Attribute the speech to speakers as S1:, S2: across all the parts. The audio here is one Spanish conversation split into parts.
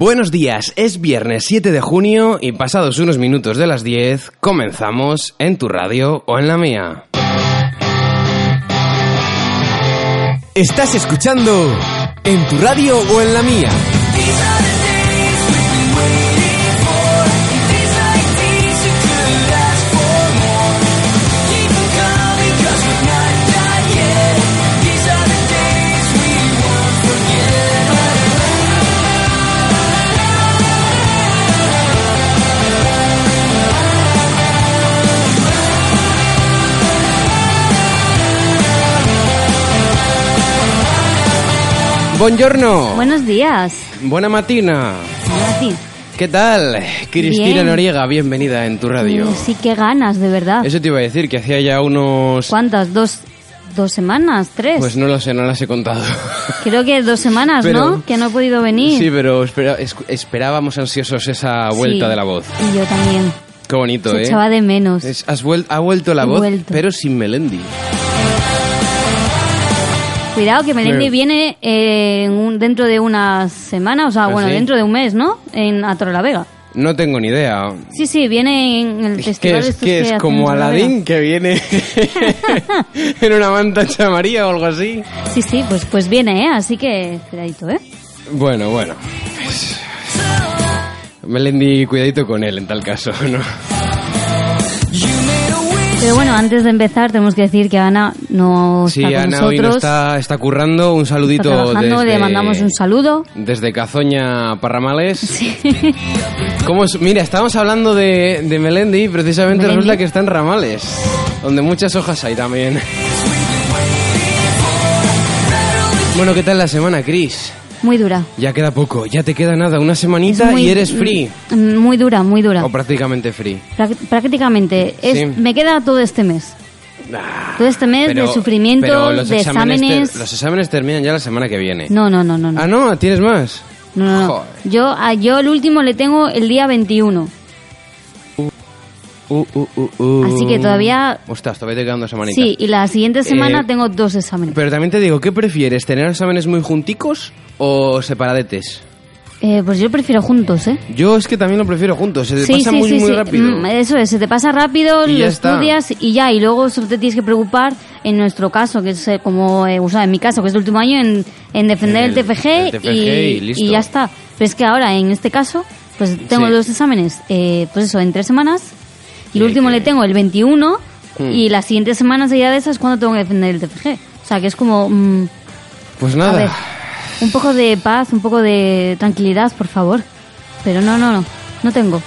S1: Buenos días, es viernes 7 de junio y pasados unos minutos de las 10 comenzamos en tu radio o en la mía.
S2: Estás escuchando en tu radio o en la mía.
S1: Buongiorno,
S3: Buenos días.
S1: buena matina.
S3: Gracias.
S1: ¿Qué tal? Cristina
S3: Bien.
S1: Noriega, bienvenida en tu radio.
S3: Eh, Sí, qué ganas, de verdad.
S1: Eso te iba a decir que hacía ya unos...
S3: ¿Cuántas? ¿Dos, dos semanas? ¿Tres?
S1: Pues no lo sé, no las he contado.
S3: Creo que dos semanas,
S1: Pero-
S3: ¿no? Que no he podido venir.
S1: Sí, pero espera- es- esperábamos ansiosos esa vuelta
S3: Sí.
S1: de la voz.
S3: Y yo también.
S1: Qué bonito,
S3: Se
S1: ¿eh?
S3: echaba de menos.
S1: Es- has vuel- ha vuelto la
S3: He
S1: voz,
S3: vuelto.
S1: pero sin Melendi.
S3: Cuidado que Melendi
S1: Claro.
S3: viene eh, en un- dentro de una semana, o sea,
S1: ¿Ah,
S3: bueno,
S1: sí?
S3: dentro de un mes, ¿no? En a Vega.
S1: No tengo ni idea.
S3: Sí, sí, viene en el
S1: Es
S3: festival
S1: que es,
S3: estos
S1: que es
S3: hacen en
S1: como
S3: Torrelavega.
S1: Aladín que viene en una manta hecha María o algo así.
S3: Sí, sí, pues, pues viene, ¿eh? Así que cuidadito, ¿eh?
S1: Bueno, bueno. Pues- Melendi, cuidadito con él en tal caso, ¿no?
S3: Pero bueno, antes de empezar tenemos que decir que Ana no
S1: Sí,
S3: está con
S1: Ana hoy
S3: nosotros.
S1: no está, está currando. Un
S3: está
S1: saludito
S3: trabajando,
S1: desde,
S3: le mandamos un saludo.
S1: desde Cazoña Parramales. ¿Cómo es? Mira, estábamos hablando de, de Melendi y precisamente
S3: Melendi.
S1: resulta que está en Ramales, donde muchas hojas hay también. Bueno, ¿qué tal la semana, Chris?
S3: Muy dura.
S1: Ya queda poco, ya te queda nada, una
S3: Es
S1: semanita
S3: muy-
S1: y eres free.
S3: mm, Muy dura, muy dura.
S1: O prácticamente free.
S3: Prá- Prácticamente. Es,
S1: Sí.
S3: Me queda todo este mes.
S1: Ah,
S3: Todo este mes de sufrimiento,
S1: pero los
S3: de
S1: exámenes ter-
S3: exámenes.
S1: los exámenes terminan ya la semana que viene.
S3: No, no, no, no. No,
S1: Ah, no, ¿tienes más?
S3: no, no, no.
S1: Joder.
S3: Yo, a- yo el último le tengo el día 21.
S1: Uh, uh, uh, uh.
S3: Así que todavía-
S1: Ostras, todavía te quedan dos semanitas.
S3: Sí, y la siguiente semana
S1: Eh,
S3: tengo dos exámenes.
S1: Pero también te digo, ¿qué prefieres? ¿Tener exámenes muy junticos o separadetes?
S3: Eh, pues yo prefiero juntos, ¿eh?
S1: Yo es que también lo prefiero juntos, se te
S3: Sí,
S1: pasa
S3: sí,
S1: muy,
S3: sí,
S1: muy
S3: sí.
S1: rápido.
S3: Mm, Eso es, se te pasa rápido,
S1: Y
S3: lo
S1: ya está.
S3: estudias y ya, y luego solo te tienes que preocupar, en nuestro caso, que es eh, como, eh, o sea, en mi caso, que es el último año, en, en defender
S1: En
S3: el,
S1: el-
S3: TFG,
S1: el TFG
S3: y,
S1: y listo.
S3: ya está. Pero es que ahora, en este caso, pues tengo
S1: Sí.
S3: dos exámenes, eh, pues eso, en tres semanas, y el
S1: Y hay
S3: último
S1: que-
S3: le tengo el 21,
S1: Hmm.
S3: y la siguiente semana seguida de esa es cuando tengo que defender el TFG. O sea, que es como, mm,
S1: Pues
S3: a ver,
S1: nada,
S3: un poco de paz, un poco de tranquilidad, por favor. Pero no, no, no, no tengo.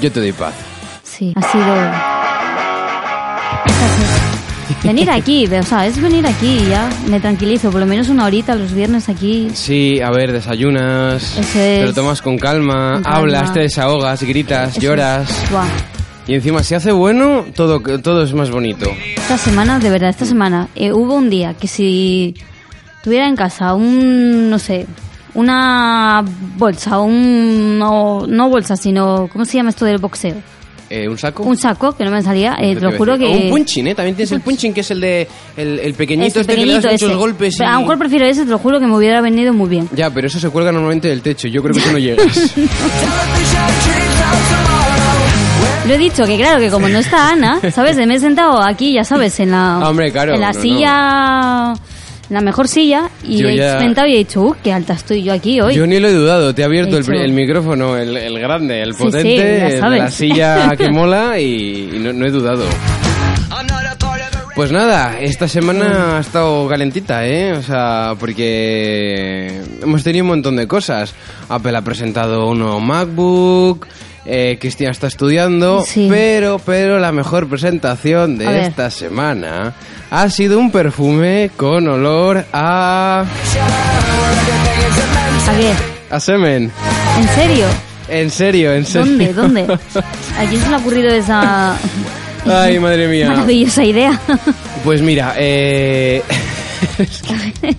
S1: yo te doy paz.
S3: Sí, ha sido. Casi. Venir aquí, o sea, es venir aquí y ya me tranquilizo, por lo menos una horita los viernes aquí.
S1: Sí, a ver, desayunas,
S3: Eso
S1: te lo
S3: es.
S1: tomas con calma,
S3: Con calma.
S1: hablas, te desahogas, gritas,
S3: Eso es.
S1: lloras.
S3: Buah,
S1: Y encima, si hace bueno, todo, todo es más bonito.
S3: Esta semana, de verdad, esta semana eh, hubo un día que si tuviera en casa un, no sé, una bolsa, un. No, no bolsa, sino. ¿Cómo se llama esto del boxeo?
S1: Eh, ¿Un saco?
S3: Un saco que no me salía,
S1: Yo
S3: eh, te lo
S1: iba a
S3: juro
S1: decir.
S3: que.
S1: O un punching, ¿eh? También tienes el punching, que es el de... El, el pequeñito
S3: ese
S1: este que le das
S3: pequeñito
S1: muchos
S3: ese.
S1: golpes y...
S3: Pero A lo mejor prefiero ese, te lo juro que me hubiera venido muy bien.
S1: Ya, pero eso se cuelga normalmente del techo. Yo creo que tú no llegas.
S3: Lo he dicho que claro que como no está Ana, ¿sabes? Me he sentado aquí, ya sabes, en la
S1: Ah, hombre, claro,
S3: en la
S1: no,
S3: silla la mejor silla y
S1: Yo
S3: he
S1: ya-
S3: sentado y he dicho, "Uh, qué alta estoy yo aquí hoy."
S1: Yo ni lo he dudado. Te he abierto el,
S3: Hecho.
S1: pri- el micrófono, el, el grande, el
S3: Sí, sí,
S1: potente,
S3: ya
S1: el de la
S3: sabes.
S1: silla que mola y, y no, no he dudado. Pues nada, esta semana ha estado calentita, ¿eh? O sea, porque hemos tenido un montón de cosas. Apple ha presentado un nuevo MacBook, eh, Cristina está estudiando,
S3: Sí.
S1: pero, pero la mejor presentación
S3: A
S1: de
S3: ver.
S1: esta semana ha sido un perfume con olor a...
S3: ¿A qué?
S1: a semen.
S3: ¿En serio?
S1: En serio, en serio.
S3: ¿Dónde? ¿Dónde? ¿A quién se le ha ocurrido esa
S1: Ay, madre mía.
S3: maravillosa idea?
S1: Pues mira, eh... es que-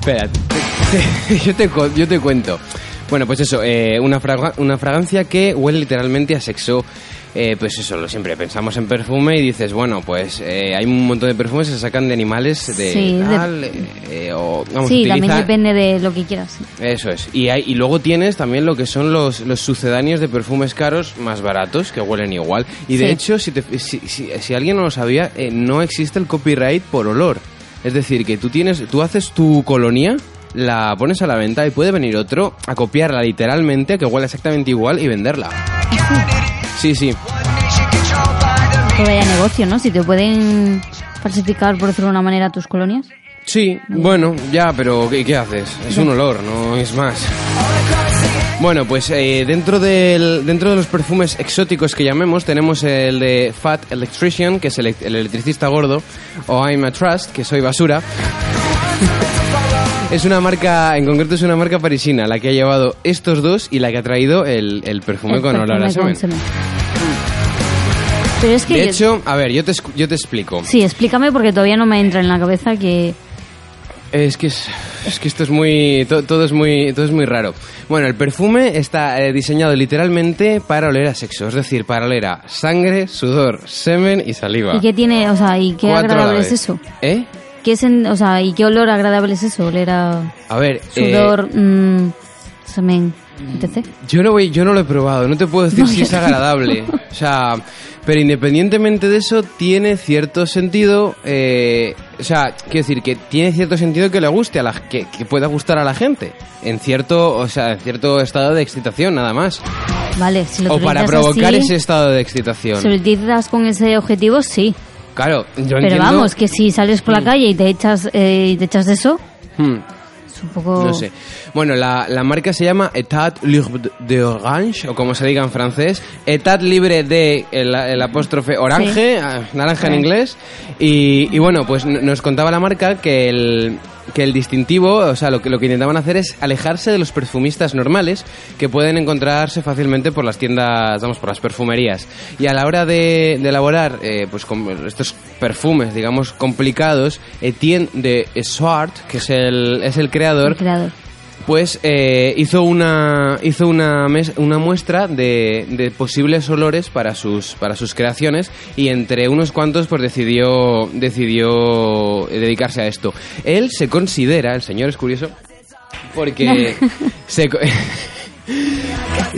S1: Espera, te- te- yo, te, cu- yo te cuento. Bueno, pues eso, eh, una, fragua- una fragancia que huele literalmente a sexo. eh, pues eso, lo siempre pensamos en perfume y dices, bueno, pues eh, hay un montón de perfumes que se sacan de animales de
S3: Sí, de-
S1: tal, eh, eh, o vamos,
S3: sí, también
S1: utiliza-
S3: depende de lo que quieras.
S1: Eso es. Y, hay, y luego tienes también lo que son los, los sucedáneos de perfumes caros más baratos, que huelen igual. Y de
S3: Sí.
S1: hecho, si, te- si, si- si alguien no lo sabía, eh, no existe el copyright por olor. Es decir, que tú, tienes, tú haces tu colonia, la pones a la venta y puede venir otro a copiarla literalmente, a que huela exactamente igual y venderla. Sí, sí.
S3: Todo vaya negocio, ¿no? Si te pueden falsificar, por decirlo de una manera, tus colonias.
S1: Sí, bueno, ya, pero ¿qué, qué haces? Es un olor, no es más. Bueno, pues eh, dentro, del, dentro de los perfumes exóticos que llamemos, tenemos el de Fat Electrician, que es el, el electricista gordo, o I'm a Trust, que soy basura. Es una marca, en concreto es una marca parisina, la que ha llevado estos dos y la que ha traído el, el perfume
S3: El
S1: con olor a
S3: perfume con
S1: semen.
S3: semen. Pero es que...
S1: De
S3: yo-
S1: hecho, a ver, yo te, escu- yo te explico.
S3: Sí, explícame porque todavía no me entra en la cabeza que...
S1: Es que, es, es que esto es muy to- todo es muy todo es muy raro. Bueno, el perfume está eh, diseñado literalmente para oler a sexo, es decir, para oler a sangre, sudor, semen y saliva.
S3: ¿Y qué tiene, o sea, y qué
S1: Cuatro a la
S3: agradable es
S1: vez.
S3: eso?
S1: ¿Eh?
S3: ¿Qué es en- o sea, y qué olor agradable es eso? Oler a
S1: A ver, eh,
S3: sudor, mm, semen, etc.
S1: yo no voy, yo no lo he probado, no te puedo decir si es agradable. O sea, pero independientemente de eso tiene cierto sentido, eh, o sea, quiero decir que tiene cierto sentido que le guste a la que, que pueda gustar a la gente en cierto, o sea, en cierto estado de excitación nada más.
S3: Vale, si lo
S1: mm. O para
S3: utilizas
S1: provocar
S3: así,
S1: ese estado de
S3: Si lo
S1: excitación.
S3: utilizas con ese objetivo, sí.
S1: Claro, yo
S3: Pero
S1: entiendo. Mm.
S3: vamos, que si sales por la calle y te echas, eh, y te echas de eso,
S1: Hmm,
S3: es un poco...
S1: No sé. Bueno, la, la marca se llama Etat Libre de Orange, o como se diga en francés. Etat Libre de el, el apóstrofe orange, ah, naranja en inglés. Y, y bueno, pues n- nos contaba la marca que el, que el distintivo, o sea, lo que, lo que intentaban hacer es alejarse de los perfumistas normales que pueden encontrarse fácilmente por las tiendas, vamos, por las perfumerías. Y a la hora de, de elaborar eh, pues con estos perfumes, digamos, complicados, Etienne de Swart, que es el, es el creador,
S3: El creador.
S1: pues eh, hizo una hizo una mes- una muestra de, de posibles olores para sus para sus creaciones y entre unos cuantos pues decidió decidió eh, dedicarse a esto. Él se considera, el señor es curioso, porque se co-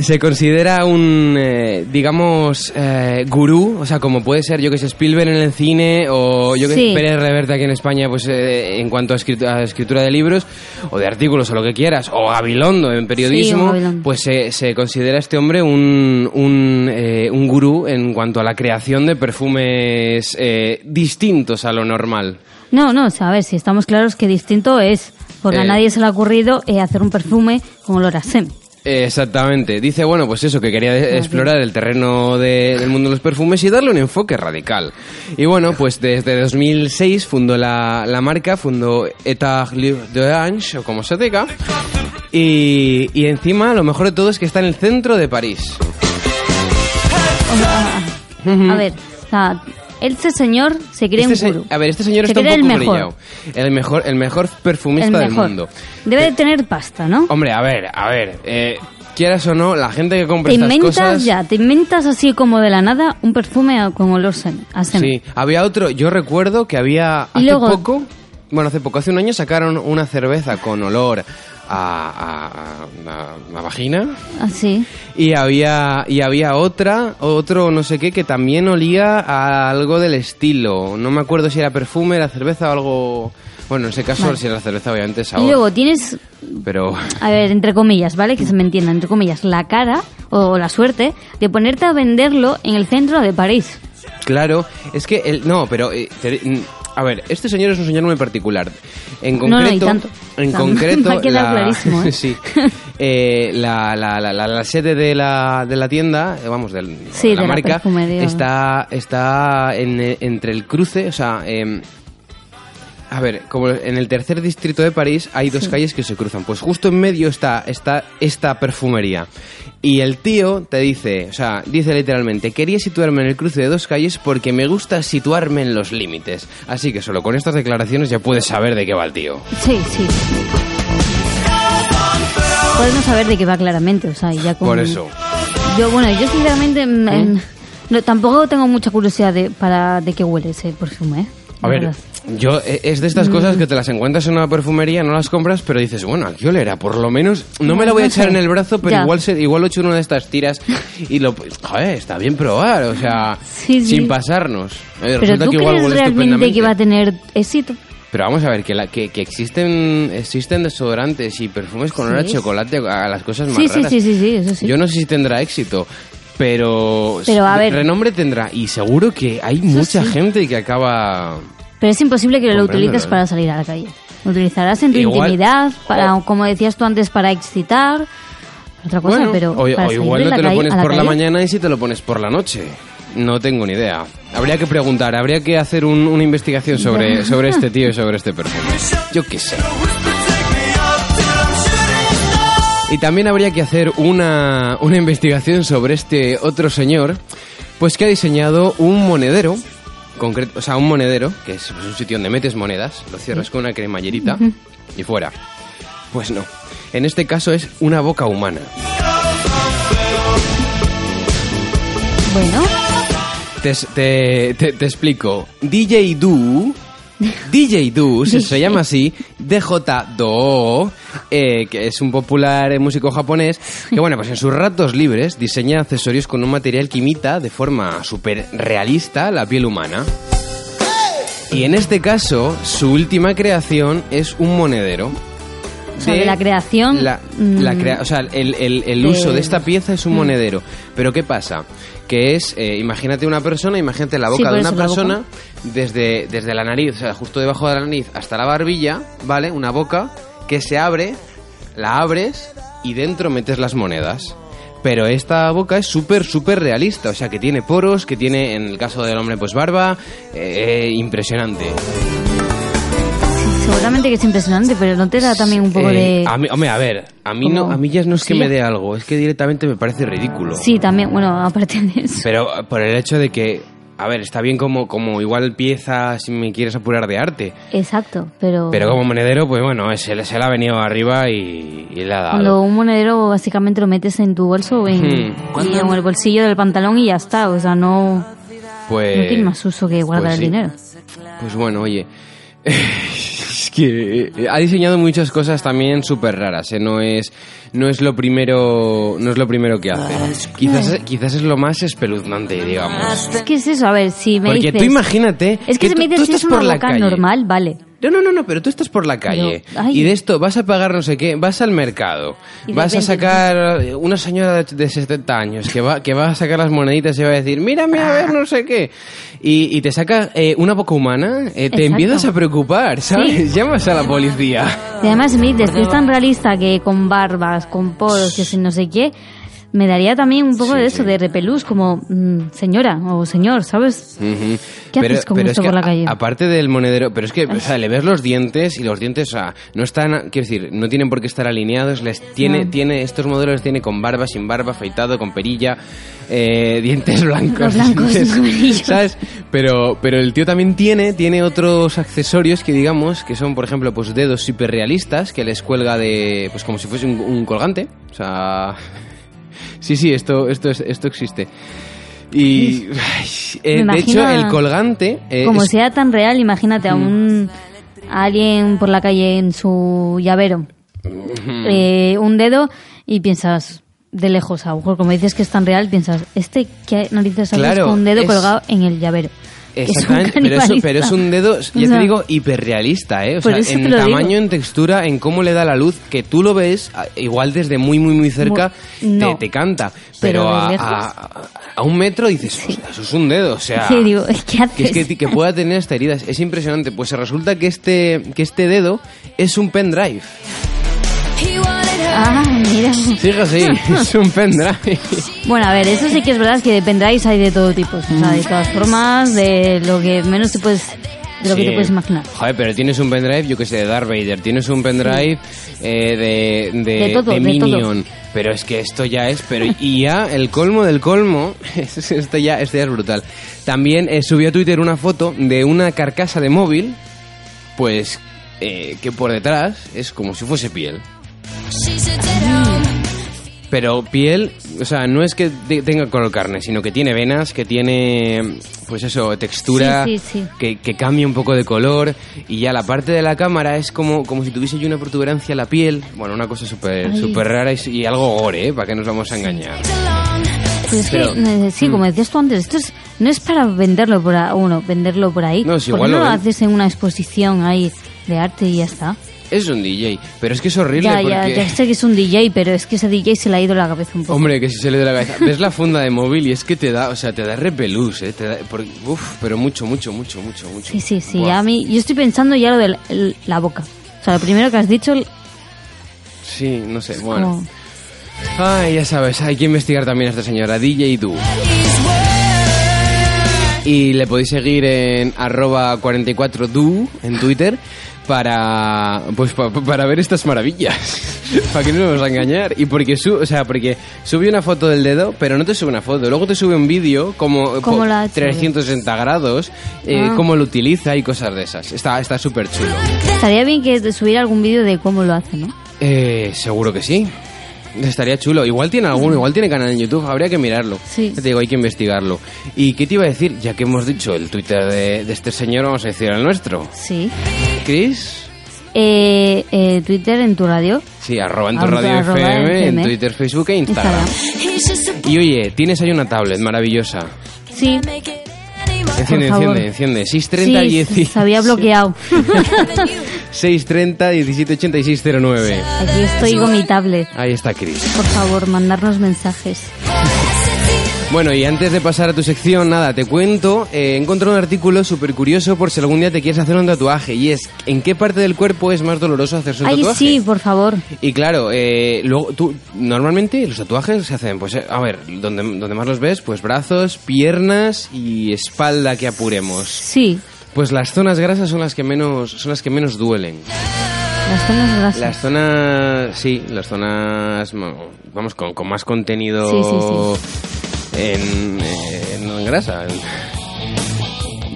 S1: se considera un, eh, digamos, eh, gurú, o sea, como puede ser, yo que sé, Spielberg en el cine, o yo que
S3: Sí.
S1: sé, Pérez Reverte aquí en España, pues eh, en cuanto a, escrit- a escritura de libros, o de artículos, o lo que quieras, o Gabilondo en
S3: Sí, o
S1: periodismo,
S3: Gabilondo.
S1: pues se- se considera este hombre un, un, eh, un gurú en cuanto a la creación de perfumes eh, distintos a lo normal.
S3: No, no, o sea, a ver, si estamos claros que distinto es, porque a
S1: Eh.
S3: nadie se le ha ocurrido eh, hacer un perfume con olor a semen.
S1: Eh, Exactamente. Dice, bueno, pues eso, que quería de- explorar el terreno de- del mundo de los perfumes y darle un enfoque radical. Y bueno, pues desde 2006 fundó la, la marca, fundó Etat Libre d'Orange, o como se diga. Y, y encima, lo mejor de todo es que está en el centro de París.
S3: A ver, o sea, este señor se cree
S1: Este
S3: un
S1: se-
S3: gurú.
S1: a ver, este señor
S3: Se
S1: está un
S3: cree
S1: poco
S3: el mejor.
S1: brillado. El mejor, el mejor perfumista
S3: El
S1: del
S3: mejor.
S1: mundo.
S3: Debe de tener pasta, ¿no?
S1: Hombre, a ver, a ver. eh, quieras o no, la gente que compra
S3: Te
S1: estas
S3: inventas
S1: cosas...
S3: ya, te inventas así como de la nada un perfume a- con olor sen- a semen.
S1: Sí, había otro, yo recuerdo que había
S3: Y
S1: hace
S3: luego-
S1: poco, bueno, hace poco, hace un año sacaron una cerveza con olor a, a, a- a- a vagina
S3: Así.
S1: y había y había otra, otro no sé qué que también olía a algo del estilo, no me acuerdo si era perfume, era cerveza o algo, bueno, en ese caso
S3: Vale.
S1: si era cerveza obviamente es
S3: Y
S1: sabor,
S3: luego tienes,
S1: pero
S3: a ver, entre comillas, ¿vale? Que se me entienda, entre comillas, la cara o la suerte de ponerte a venderlo en el centro de París.
S1: Claro, es que el no, pero eh, te- mm, a ver, este señor es un señor muy particular. En
S3: No, no, y
S1: concreto,
S3: tanto.
S1: en
S3: Tanto.
S1: concreto,
S3: Me ha quedado
S1: la,
S3: clarísimo, ¿eh?
S1: sí, eh, la, la, la, la- la sede de la, de la tienda, eh, vamos, del-
S3: Sí,
S1: de
S3: de
S1: la
S3: la
S1: marca,
S3: perfumería.
S1: está está en, eh, entre el cruce, o sea. em, a ver, como en el tercer distrito de París hay dos calles que se cruzan. Pues justo en medio está, está esta perfumería. Y el tío te dice, o sea, dice literalmente, quería situarme en el cruce de dos calles porque me gusta situarme en los límites. Así que solo con estas declaraciones ya puedes saber de qué va el tío.
S3: Sí, sí. Podemos saber de qué va claramente, o sea, ya con...
S1: Por eso.
S3: Yo, bueno, yo sinceramente mm, em, No, tampoco tengo mucha curiosidad de, para, de qué huele ese perfume, ¿eh?
S1: A
S3: La
S1: ver,
S3: verdad.
S1: yo e- es de estas cosas que te las encuentras en una perfumería, no las compras, pero dices, bueno, ¿a qué olerá? Por lo menos no me la voy a
S3: No sé.
S1: echar en el brazo, pero
S3: Ya.
S1: igual se, igual lo echo en una de estas tiras y lo pues, joder, está bien probar, o sea,
S3: Sí, sí.
S1: sin pasarnos. Eh,
S3: Pero
S1: resulta
S3: tú
S1: que igual
S3: crees
S1: huele
S3: realmente que va a
S1: estupendamente.
S3: tener éxito.
S1: Pero vamos a ver que, la- que, que existen existen desodorantes y perfumes con olor a
S3: Sí.
S1: chocolate a las cosas más
S3: Sí, sí,
S1: raras.
S3: sí, sí, sí, eso sí.
S1: Yo no sé si tendrá éxito, pero,
S3: Pero, a ver.
S1: renombre tendrá y seguro que hay mucha gente que acaba
S3: Pero es imposible que lo
S1: Compréndelo,
S3: utilices
S1: ¿eh?
S3: para salir a la calle. Lo utilizarás en tu
S1: Igual-
S3: intimidad, para,
S1: o-
S3: como decías tú antes, para excitar, otra cosa,
S1: Bueno,
S3: pero
S1: o,
S3: para
S1: o
S3: salir
S1: igual
S3: de
S1: no
S3: la
S1: te lo
S3: calle-
S1: pones
S3: a
S1: por la
S3: calle,
S1: mañana y si te lo pones por la noche. No tengo ni idea. Habría que preguntar, habría que hacer un- una investigación sobre, sobre este tío y sobre este perfume. Yo qué sé. Y también habría que hacer una, una investigación sobre este otro señor, pues que ha diseñado un monedero, concreto, o sea, un monedero, que es pues, un sitio donde metes monedas, lo cierras con una cremallerita y fuera. Pues no. En este caso es una boca humana.
S3: Bueno,
S1: Te, te, te- te explico. DJ Du. DJ Du, se, se llama así, DJ Do, eh, que es un popular eh, músico japonés, que bueno, pues en sus ratos libres diseña accesorios con un material que imita de forma súper realista la piel humana. Y en este caso, su última creación es un monedero.
S3: O sea, de la creación,
S1: la- la
S3: mm,
S1: crea- o sea, el, el- el
S3: de-
S1: uso de esta pieza es un
S3: Mm.
S1: monedero. Pero ¿qué pasa? Que es, eh, imagínate una persona, imagínate la
S3: Sí,
S1: boca
S3: por
S1: de una
S3: eso, la boca.
S1: persona, desde, desde la nariz, o sea, justo debajo de la nariz hasta la barbilla, ¿vale? Una boca que se abre, la abres y dentro metes las monedas. Pero esta boca es súper, súper realista, o sea, que tiene poros, que tiene, en el caso del hombre, pues barba, eh, eh, impresionante.
S3: seguramente que es impresionante, pero no te da también un poco
S1: Eh,
S3: de...
S1: a mí, hombre, a ver, a mí, no,
S3: como-
S1: a mí ya no es que
S3: sí.
S1: me dé algo, es que directamente me parece ridículo.
S3: Sí, también, bueno, aparte de eso.
S1: Pero eh, por el hecho de que, a ver, está bien como, como igual pieza si me quieres apurar de arte,
S3: Exacto, pero...
S1: pero como monedero, pues bueno, eh, se le, se le ha venido arriba y, y le ha
S3: Cuando
S1: dado.
S3: un monedero básicamente lo metes en tu bolso o en,
S1: Hmm.
S3: y en el bolsillo del pantalón y ya está, o sea, no,
S1: Pues,
S3: no tiene más uso que guardar
S1: pues
S3: el
S1: sí.
S3: dinero.
S1: Pues bueno, oye. Es que eh, ha diseñado muchas cosas también súper raras, ¿eh? no es no es lo primero no es lo primero que hace. Quizás quizás es lo más espeluznante, digamos.
S3: Es que es eso, a ver, si me
S1: Porque tú
S3: dices-
S1: imagínate
S3: Es
S1: que
S3: que, si
S1: tú-
S3: me
S1: tú
S3: dices si es
S1: estás
S3: una
S1: por la
S3: boca
S1: calle.
S3: normal, vale.
S1: No, no, no, no, pero tú estás por la calle
S3: Pero, ay.
S1: y de esto vas a pagar no sé qué, vas al mercado,
S3: Y de
S1: vas a
S3: repente-
S1: sacar eh, una señora de- de 70 años que va, que va a sacar las moneditas y va a decir, mírame a ver no sé qué, y, y te saca eh, una boca humana, eh, te
S3: Exacto.
S1: empiezas a preocupar, ¿sabes? Llamas a la policía.
S3: Y además me dices que es tan realista que con barbas, con poros, que si no sé qué, me daría también un poco de eso, de repelús, como mm, señora o señor, ¿sabes?
S1: Ujú.
S3: ¿Qué haces con
S1: pero
S3: esto
S1: es que
S3: por la
S1: a-
S3: calle?
S1: aparte del monedero, pero es que o sea, le ves los dientes y los dientes, o sea, no están, quiero decir, no tienen por qué estar alineados. Les tiene,
S3: No.
S1: tiene estos modelos tiene con barba, sin barba, afeitado, con perilla, eh, dientes blancos,
S3: Los blancos,
S1: dientes-
S3: los amarillos.
S1: ¿sabes? Pero, pero el tío también tiene, tiene otros accesorios que digamos que son, por ejemplo, pues dedos hiperrealistas que les cuelga de, pues como si fuese un, un colgante, o sea. Sí, sí, esto, esto, es- esto existe. Y ay, eh,
S3: Me
S1: de
S3: imagino
S1: hecho,
S3: a-
S1: el colgante. eh,
S3: como
S1: es-
S3: sea tan real, imagínate a un a alguien por la calle en su llavero, eh, un dedo y piensas de lejos, a lo mejor como dices que es tan real, piensas, este que narices haces
S1: Claro,
S3: con un dedo
S1: es-
S3: colgado en el llavero. Que es un
S1: Exactamente, pero, eso-
S3: canibalista.
S1: pero es un dedo, ya
S3: O sea,
S1: te digo, hiperrealista, ¿eh? O
S3: por
S1: sea,
S3: eso te
S1: en
S3: lo digo.
S1: tamaño, en textura, en cómo le da la luz, que tú lo ves, a- igual desde muy, muy, muy cerca,
S3: Mu- no.
S1: te, te canta. Pero,
S3: Pero de
S1: a,
S3: lejos.
S1: a- a un metro dices, "Ostras, eso es un dedo, o sea.
S3: Sí, digo, ¿qué haces?
S1: ah, que es que, que pueda tener hasta heridas. Es impresionante. Pues resulta que este, que este dedo es un pendrive.
S3: Ah, mira.
S1: Fíjate, es un pendrive.
S3: Bueno, a ver, eso sí que es verdad que de pendrives hay de todo tipo, o sea, de todas formas, de lo que menos te puedes, de lo que
S1: Sí.
S3: te puedes imaginar.
S1: Joder, pero tienes un pendrive, yo que sé, de Darth Vader, tienes un pendrive eh, de, de,
S3: De todo,
S1: de
S3: de
S1: Minion. Pero es que esto ya es, pero y ya el colmo del colmo, esto ya, esto ya es brutal. También eh, subí a Twitter una foto de una carcasa de móvil, pues eh, que por detrás es como si fuese piel. Pero piel, o sea, no es que te- tenga color carne, sino que tiene venas, que tiene, pues eso, textura,
S3: Sí, sí, sí.
S1: Que, que cambia un poco de color. Y ya la parte de la cámara es como, como si tuviese yo una protuberancia en la piel. Bueno, una cosa súper
S3: Ay.
S1: súper rara y, y algo gore, ¿eh? ¿Para qué nos vamos a engañar?
S3: Pues es
S1: Pero- mm.
S3: que, eh, sí, como decías tú antes, esto es- no es para venderlo por, a- uno, venderlo por ahí.
S1: No, si
S3: ¿Por qué
S1: igual
S3: no
S1: lo
S3: lo
S1: ven-
S3: haces en una exposición ahí de arte y ya está?
S1: Es un DJ, pero es que es horrible
S3: Ya,
S1: porque...
S3: ya, ya sé que es un DJ, pero es que ese DJ se le ha ido la cabeza un poco.
S1: Hombre, que si se le da la cabeza. Ves la funda de móvil y es que te da, o sea, te da repelús, ¿eh? Te da, por- uf, pero mucho, mucho, mucho, mucho, mucho.
S3: Sí, sí, sí.
S1: Buah.
S3: A mí, yo estoy pensando ya lo de la, el- la boca. O sea, lo primero que has dicho, el-
S1: Sí, no sé, bueno.
S3: como-
S1: Ay, ya sabes, hay que investigar también a esta señora, DJ Du. Y le podéis seguir en arroba 44du en Twitter para pues pa- pa- para ver estas maravillas. para que no nos vamos a engañar. Y porque su, o sea, porque sube una foto del dedo, pero no te sube una foto. Luego te sube un vídeo como eh,
S3: ¿Cómo
S1: po-
S3: lo ha hecho?
S1: 360 grados, eh,
S3: Ah.
S1: cómo lo utiliza y cosas de esas. Está está súper chulo.
S3: estaría bien que de- subiera algún vídeo de cómo lo hace, ¿no?
S1: Eh, seguro que sí. Estaría chulo. Igual tiene alguno, igual tiene canal en YouTube, habría que mirarlo.
S3: Sí.
S1: Ya Te digo, hay que investigarlo. ¿Y qué te iba a decir? Ya que hemos dicho el Twitter de, de este señor, vamos a decir el nuestro.
S3: Sí.
S1: Chris.
S3: Eh, eh, Twitter en tu radio.
S1: Sí, arroba en tu
S3: Arroba-
S1: radio
S3: arroba
S1: FM,
S3: FM.
S1: en Twitter, Facebook e Instagram. Y oye, tienes ahí una tablet maravillosa.
S3: Sí.
S1: Enciende,
S3: favor.
S1: enciende, enciende. 630
S3: Sí, se había bloqueado.
S1: 630 178609.
S3: Aquí estoy con mi tablet.
S1: Ahí está Chris.
S3: Por favor, mandarnos mensajes.
S1: Bueno, y antes de pasar a tu sección, nada, te cuento, eh, he encontrado un artículo súper curioso por si algún día te quieres hacer un tatuaje, y es, ¿en qué parte del cuerpo es más doloroso hacerse un
S3: Ay,
S1: tatuaje?
S3: sí, por favor.
S1: Y claro, eh, luego tú, normalmente los tatuajes se hacen, pues, eh, a ver, donde, donde más los ves, pues brazos, piernas y espalda que apuremos.
S3: Sí,
S1: Pues las zonas grasas son las que menos, son las que menos duelen.
S3: las zonas grasas.
S1: Las zonas, sí, las zonas, mo- vamos, con, con más contenido
S3: Sí,
S1: En, en- en grasa.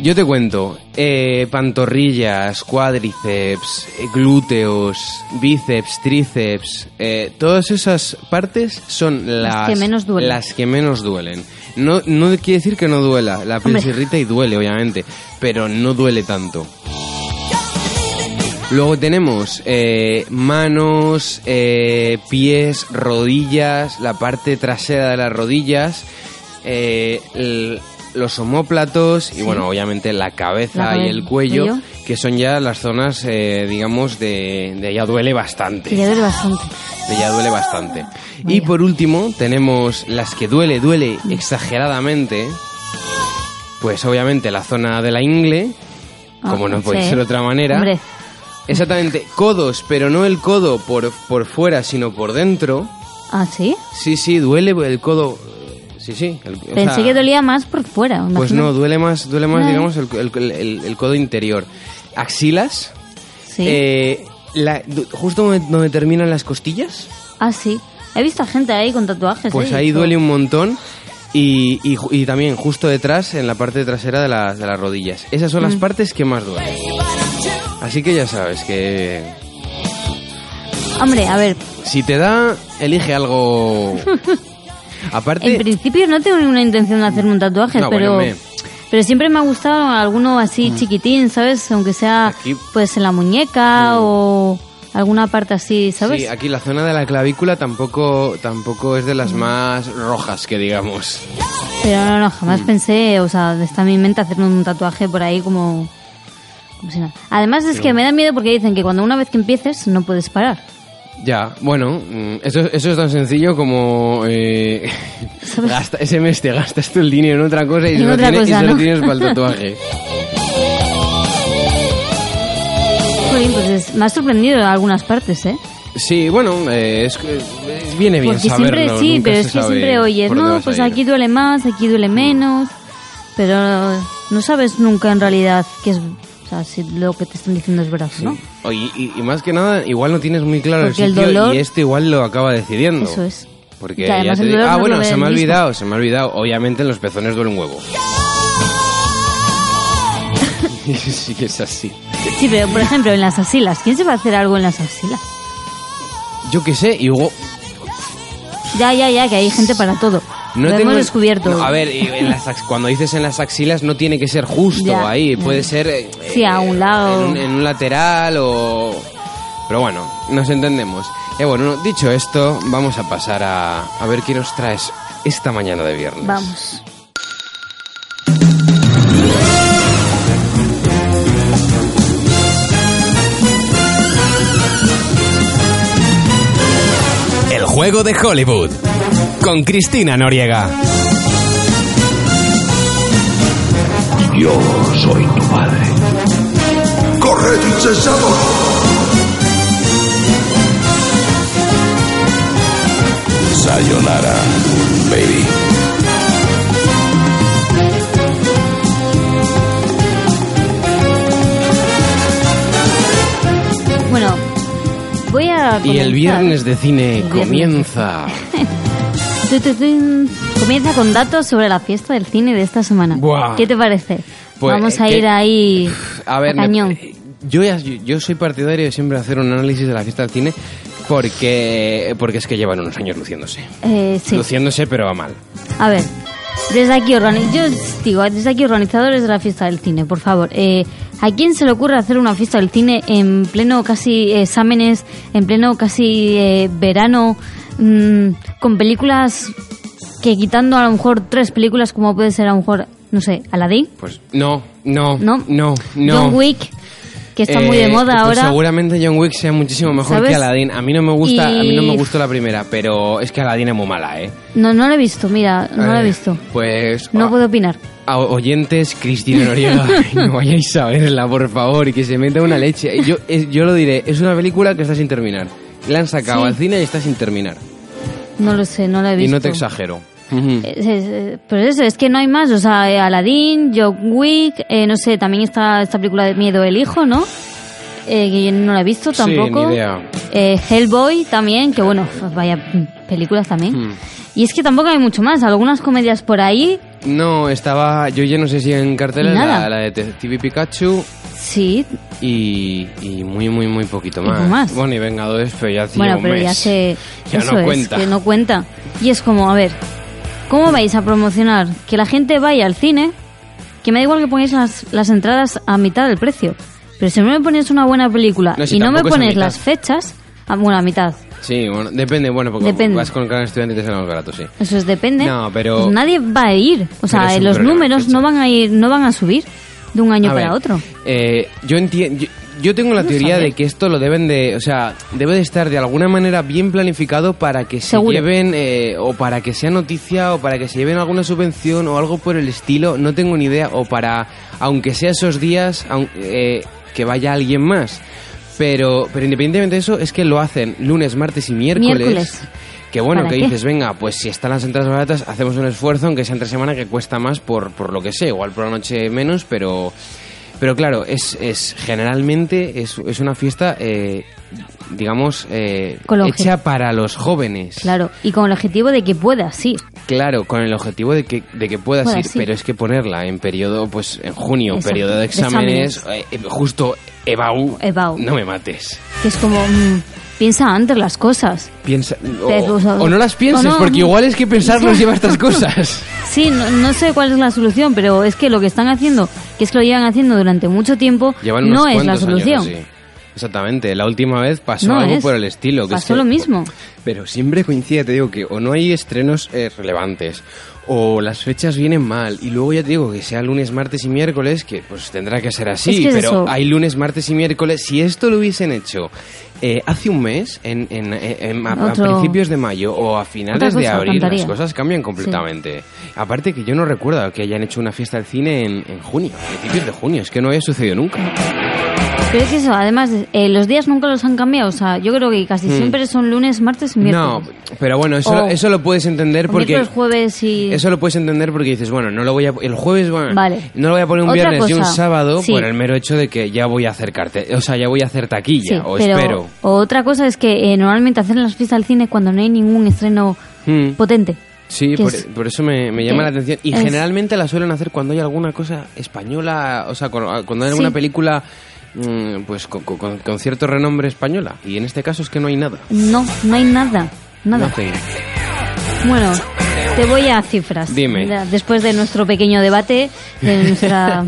S1: Yo te cuento, eh, pantorrillas, cuádriceps, eh, glúteos, bíceps, tríceps, eh, todas esas partes son las,
S3: Las que menos duelen.
S1: las que menos duelen. No, no quiere decir que no duela, la piel
S3: Hombre.
S1: se irrita y duele, obviamente, pero no duele tanto. Luego tenemos eh, manos, eh, pies, rodillas, la parte trasera de las rodillas, eh, el- los homóplatos y bueno, obviamente la cabeza
S3: La
S1: y
S3: cabe-
S1: el cuello,
S3: cuello.
S1: que son ya las zonas, eh, digamos, de, de ya duele bastante.
S3: Que ya duele bastante.
S1: Que ya duele bastante. Y
S3: Vaya. Mm.
S1: por último, tenemos las que duele, duele exageradamente. Pues obviamente la zona de la ingle,
S3: Ah,
S1: como no
S3: sí.
S1: puede ser de otra manera.
S3: Hombre,
S1: Exactamente, codos, pero no el codo por, por fuera, sino por dentro.
S3: ¿ah, sí?
S1: Sí, sí, duele el codo. eh, Sí, sí. el- o
S3: Pensé
S1: sea,
S3: que dolía más por fuera.
S1: Pues
S3: imagino.
S1: no, duele más, duele más
S3: Ay.
S1: digamos, el, el- el- el codo interior. Axilas.
S3: Sí.
S1: eh, la- du- justo donde, donde terminan las costillas.
S3: Ah, sí. He visto a gente ahí con tatuajes.
S1: Pues
S3: ¿eh?
S1: ahí
S3: Digo,
S1: duele un montón. Y, y ju- y también justo detrás, en la parte trasera de, las- de las rodillas. Esas son
S3: Mm.
S1: las partes que más duelen. Así que ya sabes que
S3: Hombre, a ver,
S1: Si te da, elige algo.
S3: en
S1: Aparte,
S3: principio no tengo ninguna intención de hacerme un tatuaje,
S1: No,
S3: pero...
S1: bueno, me- Mm.
S3: Pero siempre me ha gustado alguno así chiquitín, ¿sabes? Aunque sea
S1: Aquí- Mm.
S3: pues en la muñeca o alguna parte así, ¿sabes?
S1: sí, aquí la zona de la clavícula tampoco, tampoco es de las más rojas que digamos.
S3: Pero no, no, jamás
S1: Mm.
S3: pensé, o sea, está en mi mente hacerme un tatuaje por ahí como... como si nada. Además es que me da miedo porque dicen que cuando una vez que empieces no puedes parar.
S1: Ya, bueno, mm, eso, eso es tan sencillo como eh, gasta, ese mes te gastas tú el dinero en otra cosa y
S3: En
S1: se, lo,
S3: otra
S1: tiene- y
S3: cosa,
S1: se lo
S3: ¿no?
S1: tienes para el tatuaje.
S3: Jolín, pues es- me ha sorprendido en algunas partes, ¿eh?
S1: Sí, bueno, eh, es, que, eh, viene bien
S3: Porque
S1: saberlo.
S3: siempre sí,
S1: nunca
S3: pero
S1: se
S3: es que
S1: sabe
S3: siempre oyes,
S1: por dónde
S3: no,
S1: vas a
S3: pues
S1: ir. Mm.
S3: aquí duele más, aquí duele menos, pero no sabes nunca en realidad qué es, o sea, si lo que te están diciendo es verdad, ¿no?
S1: Oye, y, y más que nada, igual no tienes muy claro
S3: Porque
S1: el
S3: el
S1: sitio
S3: dolor-
S1: y este igual lo acaba decidiendo.
S3: Eso es.
S1: Porque
S3: Que
S1: ya
S3: además
S1: te
S3: el
S1: digo-
S3: dolor
S1: Ah,
S3: no
S1: bueno,
S3: lo ve
S1: se me ha
S3: el mismo.
S1: olvidado, se me ha olvidado. Obviamente en los pezones duele un huevo. sí que es así.
S3: Sí, pero por ejemplo, en las asilas, ¿quién se va a hacer algo en las asilas?
S1: Yo qué sé, y hubo...
S3: Ya, ya, ya, que hay gente para todo.
S1: No
S3: Lo
S1: tengo-
S3: hemos descubierto.
S1: No, a ver, y en las ax- cuando dices en las axilas no tiene que ser justo
S3: Ya,
S1: ahí,
S3: ya.
S1: puede ser eh,
S3: Sí, a un lado.
S1: en un, en un lateral o... Pero bueno, nos entendemos. Y bueno, dicho esto, vamos a pasar a, a ver qué nos traes esta mañana de viernes.
S3: Vamos.
S2: El juego de Hollywood. Con Cristina Noriega.
S4: Yo soy tu padre.
S5: ¡Corre, insensado!
S4: Sayonara, baby.
S3: Bueno, voy a.
S1: Y el
S3: comenzar.
S1: viernes de cine
S3: El viernes.
S1: comienza.
S3: Tu, tu, tu. Comienza con datos sobre la fiesta del cine de esta semana.
S1: Buah.
S3: ¿Qué te parece?
S1: Pues,
S3: Vamos a
S1: ¿qué?
S3: ir ahí.
S1: A ver, me- eh,
S3: cañón.
S1: yo, ya- yo soy partidario de siempre hacer un análisis de la fiesta del cine porque, porque es que llevan unos años luciéndose.
S3: Eh, sí.
S1: Luciéndose, pero va mal.
S3: A ver, desde aquí, organi- yo os digo, desde aquí organizadores de la fiesta del cine, por favor, eh, ¿a quién se le ocurre hacer una fiesta del cine en pleno casi eh, exámenes, en pleno casi eh, verano, mm, con películas que quitando a lo mejor tres películas como puede ser a lo mejor, no sé, Aladdin,
S1: Pues no, no,
S3: ¿no?
S1: no, no.
S3: John Wick, que está muy de
S1: Eh,
S3: moda
S1: pues
S3: ahora.
S1: Seguramente John Wick sea muchísimo mejor
S3: ¿Sabes?
S1: que Aladdin. A mí no me gusta, a mí no me
S3: Y-
S1: gustó la primera, pero es que Aladdin es muy mala, ¿eh?
S3: No, no lo he visto, mira, no lo
S1: Eh,
S3: he visto.
S1: Pues
S3: No
S1: a-
S3: puedo opinar.
S1: a oyentes, Cristina Noriega, no vayáis a verla, por favor, y que se meta una leche. Yo, es- yo lo diré, es una película que está sin terminar. La han sacado
S3: Sí.
S1: al cine y está sin terminar.
S3: No lo sé, no lo he
S1: Y
S3: visto. Eh,
S1: no te exagero. Ujú.
S3: Es- es- es- pero eso, es que no hay más. O sea, eh, Aladdin, John Wick, eh, no sé, también está esta película de miedo El Hijo, ¿no? Eh, que yo no la he visto
S1: Sí,
S3: tampoco.
S1: ni idea.
S3: Eh, Hellboy también, que bueno, f- vaya mm, películas también.
S1: Hmm.
S3: Y es que tampoco hay mucho más. Algunas comedias por ahí,
S1: No, estaba, yo ya no sé si en carteles, la,
S3: Nada.
S1: la de Detective Pikachu
S3: sí.
S1: y, y muy, muy, muy poquito
S3: Y poco
S1: más.
S3: más.
S1: Bueno, y Vengadores, pero ya hacía
S3: bueno,
S1: un
S3: pero
S1: mes.
S3: ya se.
S1: Ya
S3: eso
S1: no
S3: es,
S1: cuenta.
S3: que no cuenta. Y es como, a ver, ¿cómo vais a promocionar que la gente vaya al cine? Que me da igual que pongáis las, las entradas a mitad del precio. Pero si no me pones una buena película
S1: No, si
S3: y no me
S1: tampoco es a
S3: pones
S1: mitad.
S3: las fechas, a- bueno, a mitad.
S1: Sí, bueno, depende, bueno, porque
S3: Depende.
S1: vas con el canal estudiante y te sale más barato, sí.
S3: Eso es, depende.
S1: No, pero-
S3: Pues nadie va a ir. O
S1: Pero es
S3: sea,
S1: un
S3: los
S1: problema,
S3: números
S1: fecha.
S3: no van a ir, no van a subir de un año
S1: A
S3: para
S1: ver,
S3: otro.
S1: eh, yo entiendo. Yo, yo tengo la
S3: No
S1: teoría
S3: sabía.
S1: de que esto lo deben de. O sea, debe de estar de alguna manera bien planificado para que se
S3: Seguro.
S1: lleven. eh, o para que sea noticia, o para que se lleven alguna subvención, o algo por el estilo. No tengo ni idea. O para. Aunque sea esos días, aun- eh, que vaya alguien más. Pero, pero independientemente de eso, es que lo hacen lunes, martes y miércoles.
S3: Miércoles.
S1: Que bueno,
S3: ¿Para
S1: que
S3: qué?
S1: dices, venga, pues si están las entradas baratas, hacemos un esfuerzo, aunque sea entre semana, que cuesta más por, por lo que sé, igual por la noche menos, pero, pero claro, es, es generalmente es, es una fiesta, eh, digamos, eh,
S3: Con lo
S1: hecha para los jóvenes.
S3: Claro. Y con el objetivo de que puedas ir.
S1: Claro, con el objetivo de que, de que puedas ir,
S3: Puedas ir.
S1: pero es que ponerla en periodo, pues en junio,
S3: Exacto,
S1: periodo de
S3: de
S1: exámenes, eh, eh, justo EBAU,
S3: EBAU.
S1: no me mates.
S3: Que es como, mm, piensa antes las cosas.
S1: Piensa, o,
S3: Pero, o sea,
S1: o no las pienses,
S3: o no,
S1: porque
S3: no.
S1: igual es que pensar nos lleva a estas cosas.
S3: Sí, no, no sé cuál es la solución, pero es que lo que están haciendo, que es que lo llevan haciendo durante mucho tiempo,
S1: Llevan unos
S3: no es la
S1: cuantos años
S3: solución.
S1: así. Exactamente, la última vez pasó
S3: No
S1: algo
S3: es.
S1: por el estilo. Que
S3: Pasó
S1: es que-
S3: lo mismo.
S1: Pero siempre coincide, te digo que o no hay estrenos eh, relevantes, o las fechas vienen mal, y luego ya te digo que sea lunes, martes y miércoles, que pues tendrá que ser así,
S3: Es que es
S1: pero
S3: eso.
S1: hay lunes, martes y miércoles. Si esto lo hubiesen hecho eh, hace un mes, en, en- en- en- a, a
S3: Otro-
S1: principios de mayo o a finales
S3: Otra
S1: de
S3: cosa,
S1: abril, las
S3: cantaría.
S1: cosas cambian completamente. Aparte que yo no recuerdo que hayan hecho una fiesta del cine en, en junio, a principios de junio, es que no había sucedido nunca.
S3: Pero es que eso, además, eh, los días nunca los han cambiado. O sea, yo creo que casi siempre son lunes, martes y
S1: Hmm. No,
S3: miércoles.
S1: pero bueno, eso,
S3: O-
S1: eso lo puedes entender
S3: O
S1: porque...
S3: miércoles, jueves y...
S1: Eso lo puedes entender porque dices, bueno, no lo voy a... El jueves, bueno,
S3: Vale.
S1: no lo voy a poner un
S3: Otra
S1: viernes y un
S3: cosa,
S1: sábado
S3: sí.
S1: por el mero hecho de que ya voy a hacer carte- O sea, ya voy a hacer taquilla,
S3: Sí,
S1: o
S3: pero
S1: espero.
S3: o otra cosa es que eh, normalmente hacen las fiestas al cine cuando no hay ningún estreno
S1: Mm.
S3: potente.
S1: Sí,
S3: Pues que
S1: por,
S3: es-
S1: por eso me, me llama
S3: que
S1: la atención. Y
S3: es-
S1: generalmente la suelen hacer cuando hay alguna cosa española, o sea, cu- cuando, hay
S3: Sí.
S1: alguna película mm, pues con, con- con cierto renombre española. Y en este caso es que no hay nada.
S3: No, no hay nada. Nada.
S1: Nothing.
S3: Bueno, te voy a cifras.
S1: Dime.
S3: Ya, Después de nuestro pequeño debate, de nuestra...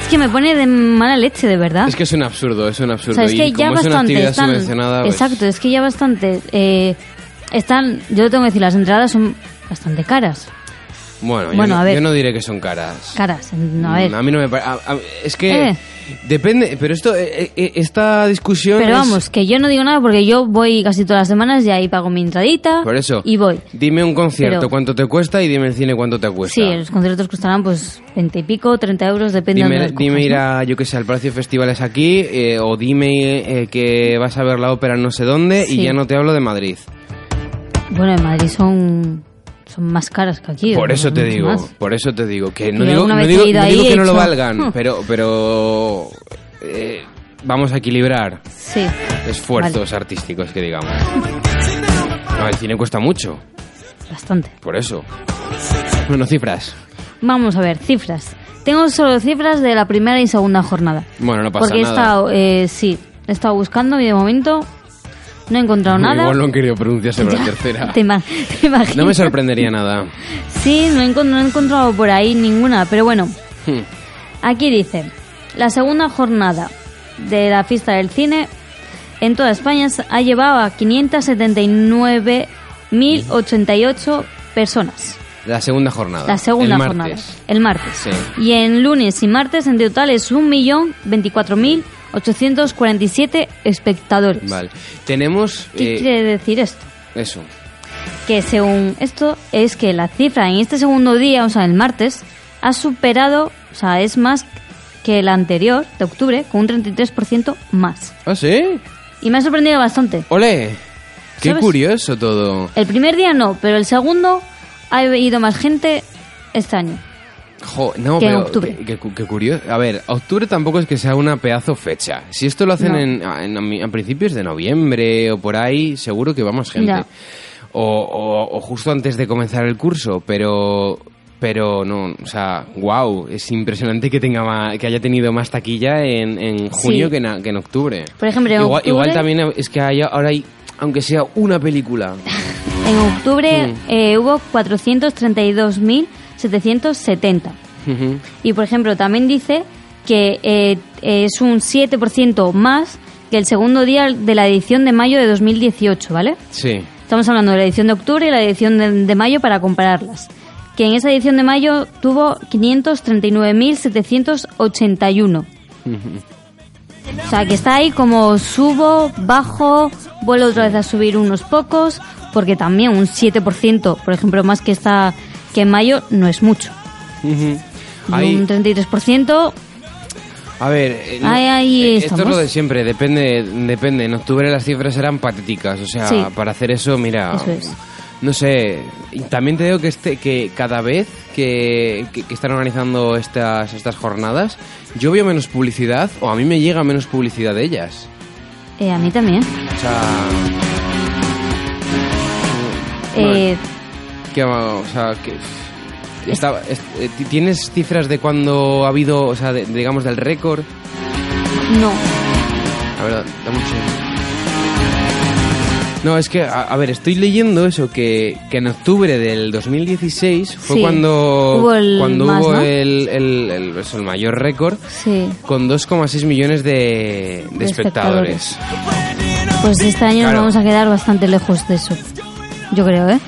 S3: es que me pone de mala leche, de verdad.
S1: Es que es un absurdo, es un absurdo.
S3: Ah. O sea, es que
S1: y
S3: ya
S1: como es una
S3: bastante
S1: actividad
S3: están.
S1: subvencionada, pues,
S3: Exacto, es que ya bastante. eh, están, yo tengo que decir, las entradas son bastante caras.
S1: Bueno, yo,
S3: Bueno,
S1: no,
S3: a ver.
S1: yo no diré que son caras.
S3: Caras, mm, a ver.
S1: Mm, mí no me parece. Es que.
S3: Eh.
S1: Depende. Pero esto, eh, eh, esta discusión.
S3: Pero
S1: es-
S3: vamos, que yo no digo nada porque yo voy casi todas las semanas y ahí pago mi entradita.
S1: Por eso.
S3: Y voy.
S1: Dime un concierto
S3: Pero-
S1: cuánto te cuesta y dime el cine cuánto te cuesta.
S3: Sí, los conciertos costarán pues 20 y pico, 30 euros, depende de
S1: Dime,
S3: dónde los
S1: dime
S3: cojas,
S1: ir
S3: ¿no?
S1: a, yo que sé, al Palacio de Festivales aquí, eh, o dime eh, que vas a ver la ópera no sé dónde, y
S3: Sí.
S1: ya no te hablo de Madrid.
S3: Bueno, en Madrid son, son más caras que aquí.
S1: Por
S3: ¿no?
S1: eso te
S3: Mucho
S1: digo,
S3: más.
S1: por eso te digo, que no
S3: Yo
S1: digo,
S3: alguna
S1: no
S3: vez he
S1: digo-
S3: ido
S1: no digo
S3: ahí
S1: que
S3: y
S1: no
S3: he
S1: lo
S3: dicho,
S1: valgan,
S3: "Hmm".
S1: pero, pero eh, vamos a equilibrar
S3: Sí.
S1: esfuerzos artísticos, que digamos. No, el cine cuesta mucho,
S3: Bastante.
S1: por eso. Bueno, cifras.
S3: Vamos a ver, cifras. Tengo solo cifras de la primera y segunda jornada.
S1: Bueno, no pasa
S3: Porque he
S1: nada.
S3: estado, eh, sí, he estado buscando y de momento no he encontrado nada.
S1: Igual no han querido pronunciarse por la
S3: Ya,
S1: tercera.
S3: Te, ima- te imaginas.
S1: No me sorprendería nada.
S3: Sí, no he, encon- no he encontrado por ahí ninguna, pero bueno.
S1: Hmm.
S3: Aquí dice, la segunda jornada de la fiesta del cine en toda España ha llevado a 579.088 personas.
S1: La segunda jornada.
S3: La segunda
S1: Ah, el martes.
S3: jornada. El martes.
S1: Sí.
S3: Y en lunes y martes en total es 1.024.847 espectadores.
S1: Vale. Tenemos...
S3: ¿Qué
S1: eh,
S3: quiere decir esto?
S1: Eso.
S3: Que según esto es que la cifra en este segundo día, o sea, el martes, ha superado, o sea, es más que la anterior, de octubre, con un 33% más.
S1: ¿Ah, sí?
S3: Y me ha sorprendido bastante.
S1: ¡Ole! ¡Qué
S3: ¿Sabes?
S1: curioso todo!
S3: El primer día no, pero el segundo ha ido más gente este año.
S1: Jo, no,
S3: Que en
S1: pero
S3: octubre.
S1: Qué, qué- qué curioso. A ver, octubre tampoco es que sea una pedazo fecha. Si esto lo hacen
S3: No.
S1: en, a- en- a mi- a principios de noviembre o por ahí, seguro que va más gente.
S3: Ya.
S1: O, o- o justo antes de comenzar el curso, pero pero no, o sea, wow, es impresionante que tenga ma- que haya tenido más taquilla en, en junio
S3: Sí.
S1: que, en, a- que en octubre.
S3: Por ejemplo, en
S1: igual,
S3: octubre-
S1: igual también es que haya, ahora hay, aunque sea una película,
S3: En octubre eh, hubo 432.770.
S1: Ujú.
S3: Y por ejemplo, también dice que eh, es un 7% más que el segundo día de la edición de mayo de 2018, ¿vale?
S1: sí.
S3: Estamos hablando de la edición de octubre y la edición de, de mayo para compararlas. Que en esa edición de mayo tuvo 539.781. O sea, que está ahí como subo, bajo, vuelvo otra vez a subir unos pocos, porque también un 7%, por ejemplo, más que está que en mayo, no es mucho.
S1: Ujú.
S3: Y
S1: Ahí-
S3: un 33%,
S1: A ver, eh, no-
S3: Ahí- ahí
S1: eh, esto
S3: estamos.
S1: es lo de siempre, depende, depende. En octubre las cifras eran patéticas, o sea,
S3: Sí.
S1: para hacer eso, mira,
S3: Eso es.
S1: no sé. Y también te digo que este, que cada vez que, que- que están organizando estas estas jornadas, yo veo menos publicidad o a mí me llega menos publicidad de ellas.
S3: eh, a mí también.
S1: O sea,
S3: Eh,
S1: que, o sea, que está- es- eh, ti- ¿Tienes cifras de cuando ha habido, o sea, de- digamos del récord?
S3: no,
S1: A ver, dame un segundo. No, es que, a, a ver, estoy leyendo eso, que, que en octubre del 2016 fue
S3: Sí.
S1: cuando
S3: Hubo el
S1: cuando
S3: más,
S1: hubo
S3: ¿no?
S1: el, el- el- eso, el mayor récord,
S3: sí.
S1: con 2,6 millones de, de
S3: De espectadores.
S1: espectadores.
S3: Pues este año
S1: Claro.
S3: nos vamos a quedar bastante lejos de eso. Yo creo, ¿eh?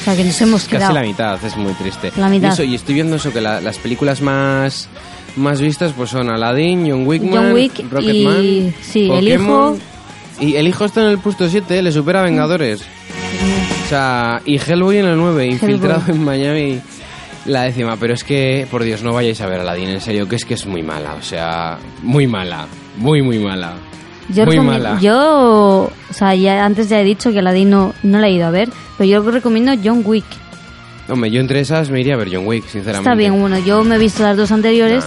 S3: O sea, que nos hemos
S1: Casi
S3: quedado.
S1: la mitad, es muy triste.
S3: La mitad.
S1: Y, eso, y estoy viendo eso, que la- las películas más, más vistas pues son Aladdin, John Wick,
S3: John Wick y-
S1: Rocketman,
S3: sí, El
S1: Pokémon.
S3: Hijo. Mm.
S1: Y El Hijo está en el puesto 7, le supera a Vengadores. O sea, y Hellboy en el 9, infiltrado en Miami la décima. Pero es que, por Dios, no vayáis a ver Aladdin, en serio, que es que es muy mala. O sea, muy mala, muy, muy mala.
S3: Yo,
S1: muy
S3: recomi-
S1: mala.
S3: yo, o sea, ya antes ya he dicho que Aladdin no, no la he ido a ver, pero yo recomiendo John Wick.
S1: Hombre, yo entre esas me iría a ver John Wick, sinceramente.
S3: Está bien, bueno, yo me he visto las dos anteriores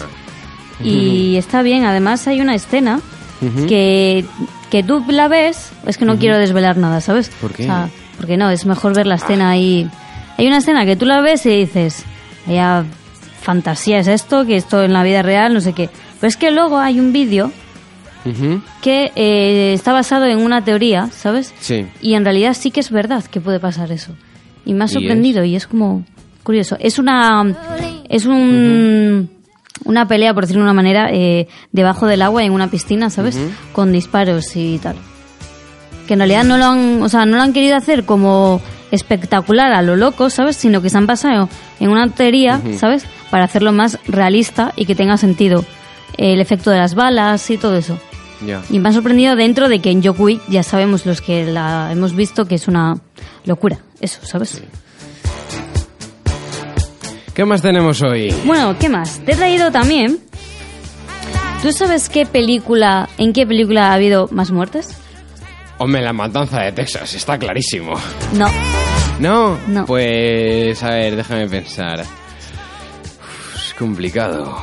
S3: y está bien. Además hay una escena
S1: Ujú.
S3: que, que tú la ves, es que no quiero desvelar nada, ¿sabes?
S1: ¿Por qué?
S3: O sea, porque no, es mejor ver la escena ahí. Hay una escena que tú la ves y dices, vaya fantasía es esto, que esto en la vida real, no sé qué. Pero es que luego hay un vídeo
S1: Ujú.
S3: que eh, está basado en una teoría, ¿sabes?
S1: Sí.
S3: Y en realidad sí que es verdad que puede pasar eso. Y me ha
S1: ¿Y
S3: sorprendido y es como curioso. Es una es un una pelea por decirlo de una manera eh, debajo del agua en una piscina, ¿sabes? Con disparos y tal. Que en realidad no lo han, o sea, no lo han querido hacer como espectacular a lo loco, ¿sabes? Sino que se han basado en una teoría, ¿sabes? Para hacerlo más realista y que tenga sentido eh, el efecto de las balas y todo eso.
S1: Ya.
S3: Y me ha sorprendido dentro de que en Jokwik ya sabemos los que la hemos visto que es una locura. Eso, ¿sabes?
S1: ¿Qué más tenemos hoy?
S3: Bueno, ¿qué más? Te he traído también. ¿Tú sabes qué película, en qué película ha habido más muertes?
S1: Hombre, la matanza de Texas, está clarísimo.
S3: No.
S1: ¿No?
S3: No.
S1: Pues, a ver, déjame pensar. Uf, es complicado.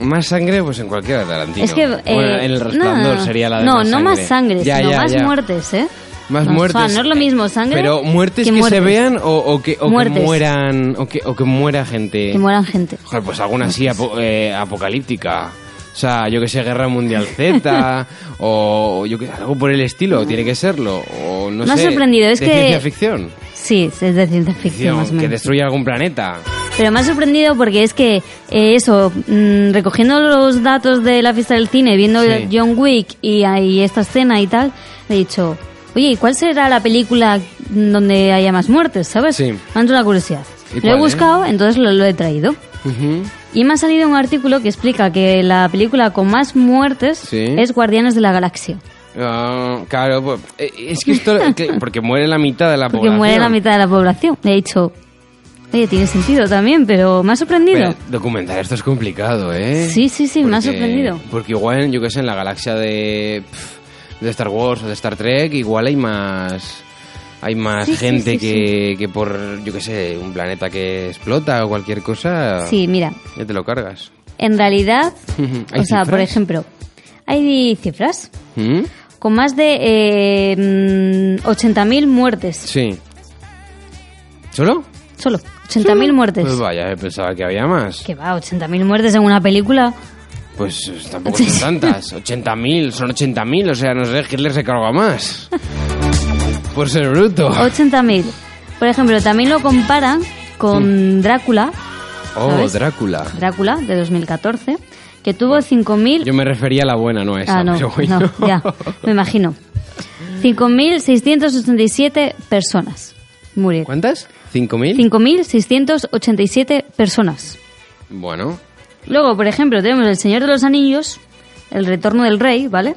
S1: Más sangre, pues en cualquiera de Tarantino.
S3: Es que. eh,
S1: Bueno, en el resplandor
S3: no,
S1: sería la de
S3: No,
S1: más
S3: no
S1: sangre.
S3: más sangre,
S1: Ya,
S3: sino
S1: ya,
S3: más
S1: ya.
S3: muertes, ¿eh?
S1: Más
S3: No, o
S1: muertes. eh,
S3: sea, no es lo mismo sangre.
S1: Pero muertes que,
S3: muertes.
S1: se vean o, o que, o que
S3: Muertes.
S1: mueran. O que, o que muera gente.
S3: Que mueran gente.
S1: Joder, pues alguna así apo- eh, apocalíptica. O sea, yo que sé, Guerra Mundial Z, o yo que algo por el estilo, tiene que serlo. O no
S3: Me ha
S1: sé.
S3: sorprendido, es
S1: de
S3: que-
S1: Ciencia ficción.
S3: Sí, es de ciencia ficción, más o
S1: que
S3: menos.
S1: destruye algún planeta.
S3: Pero me ha sorprendido porque es que eh, eso, mm, recogiendo los datos de la fiesta del cine, viendo
S1: Sí.
S3: John Wick y, ahí esta escena y tal, he dicho, oye, ¿y cuál será la película donde haya más muertes, sabes?
S1: Sí.
S3: Me ha entrado la curiosidad.
S1: ¿Y
S3: Lo he
S1: cuál, eh?
S3: buscado, entonces lo, lo he traído.
S1: Ujú.
S3: Y me ha salido un artículo que explica que la película con más muertes
S1: Sí.
S3: es Guardianes de la Galaxia.
S1: Ah, claro, pues, eh, es que esto. que- porque muere la mitad de la
S3: Porque
S1: población.
S3: muere la mitad de la población. Le he dicho, oye, tiene sentido también, pero me ha sorprendido.
S1: Pero documentar esto es complicado, ¿eh?
S3: Sí, sí, sí, me ha sorprendido.
S1: Porque igual, yo que sé, en la galaxia de, pf, de Star Wars o de Star Trek, igual hay más hay más
S3: Sí, sí,
S1: gente
S3: sí,
S1: que, que por, yo que sé, un planeta que explota o cualquier cosa.
S3: Sí, mira,
S1: Ya te lo cargas.
S3: En realidad,
S1: ¿Hay
S3: o sea,
S1: cifras?
S3: por ejemplo, hay cifras
S1: ¿Mm?
S3: con más de eh, mm, 80.000 muertes.
S1: Sí. ¿Solo?
S3: Solo, 80.000 muertes.
S1: Pues vaya, eh, pensaba que había más.
S3: Que va, 80.000 muertes en una película.
S1: Pues eh, tampoco son
S3: Sí.
S1: tantas. 80.000, son 80.000, o sea, no sé, Hitler se carga más. Por ser bruto.
S3: 80.000. Por ejemplo, también lo comparan con Drácula,
S1: Oh,
S3: ¿sabes?
S1: Drácula.
S3: Drácula de 2014, que tuvo 5.000...
S1: Yo me refería a la buena, no a esa,
S3: Ah, no,
S1: pero bueno.
S3: no, ya, me imagino. 5.687 personas murieron.
S1: ¿Cuántas? ¿5.000?
S3: 5.687 personas.
S1: Bueno,
S3: Luego, por ejemplo, tenemos El Señor de los Anillos, El Retorno del Rey, ¿vale?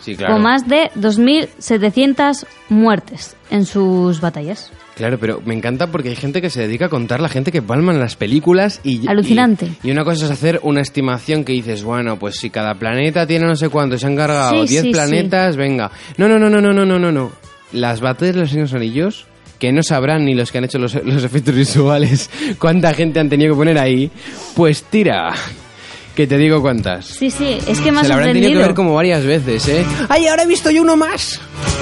S1: sí, claro.
S3: Con más de 2.700 muertes en sus batallas.
S1: Claro, pero me encanta porque hay gente que se dedica a contar la gente que palma en las películas y...
S3: Alucinante.
S1: Y, y una cosa es hacer una estimación que dices, bueno, pues si cada planeta tiene no sé cuánto, se han cargado 10
S3: Sí, sí, sí.
S1: planetas, venga. No, no, no, no, no, no, no, no, no. Las batallas de los señores anillos, que no sabrán ni los que han hecho los, los efectos visuales cuánta gente han tenido que poner ahí, pues tira. Que te digo cuántas.
S3: Sí, sí, es que me ha
S1: Se la habrán tenido
S3: sorprendido.
S1: que ver como varias veces, ¿eh? ¡Ay, ahora he visto yo uno más!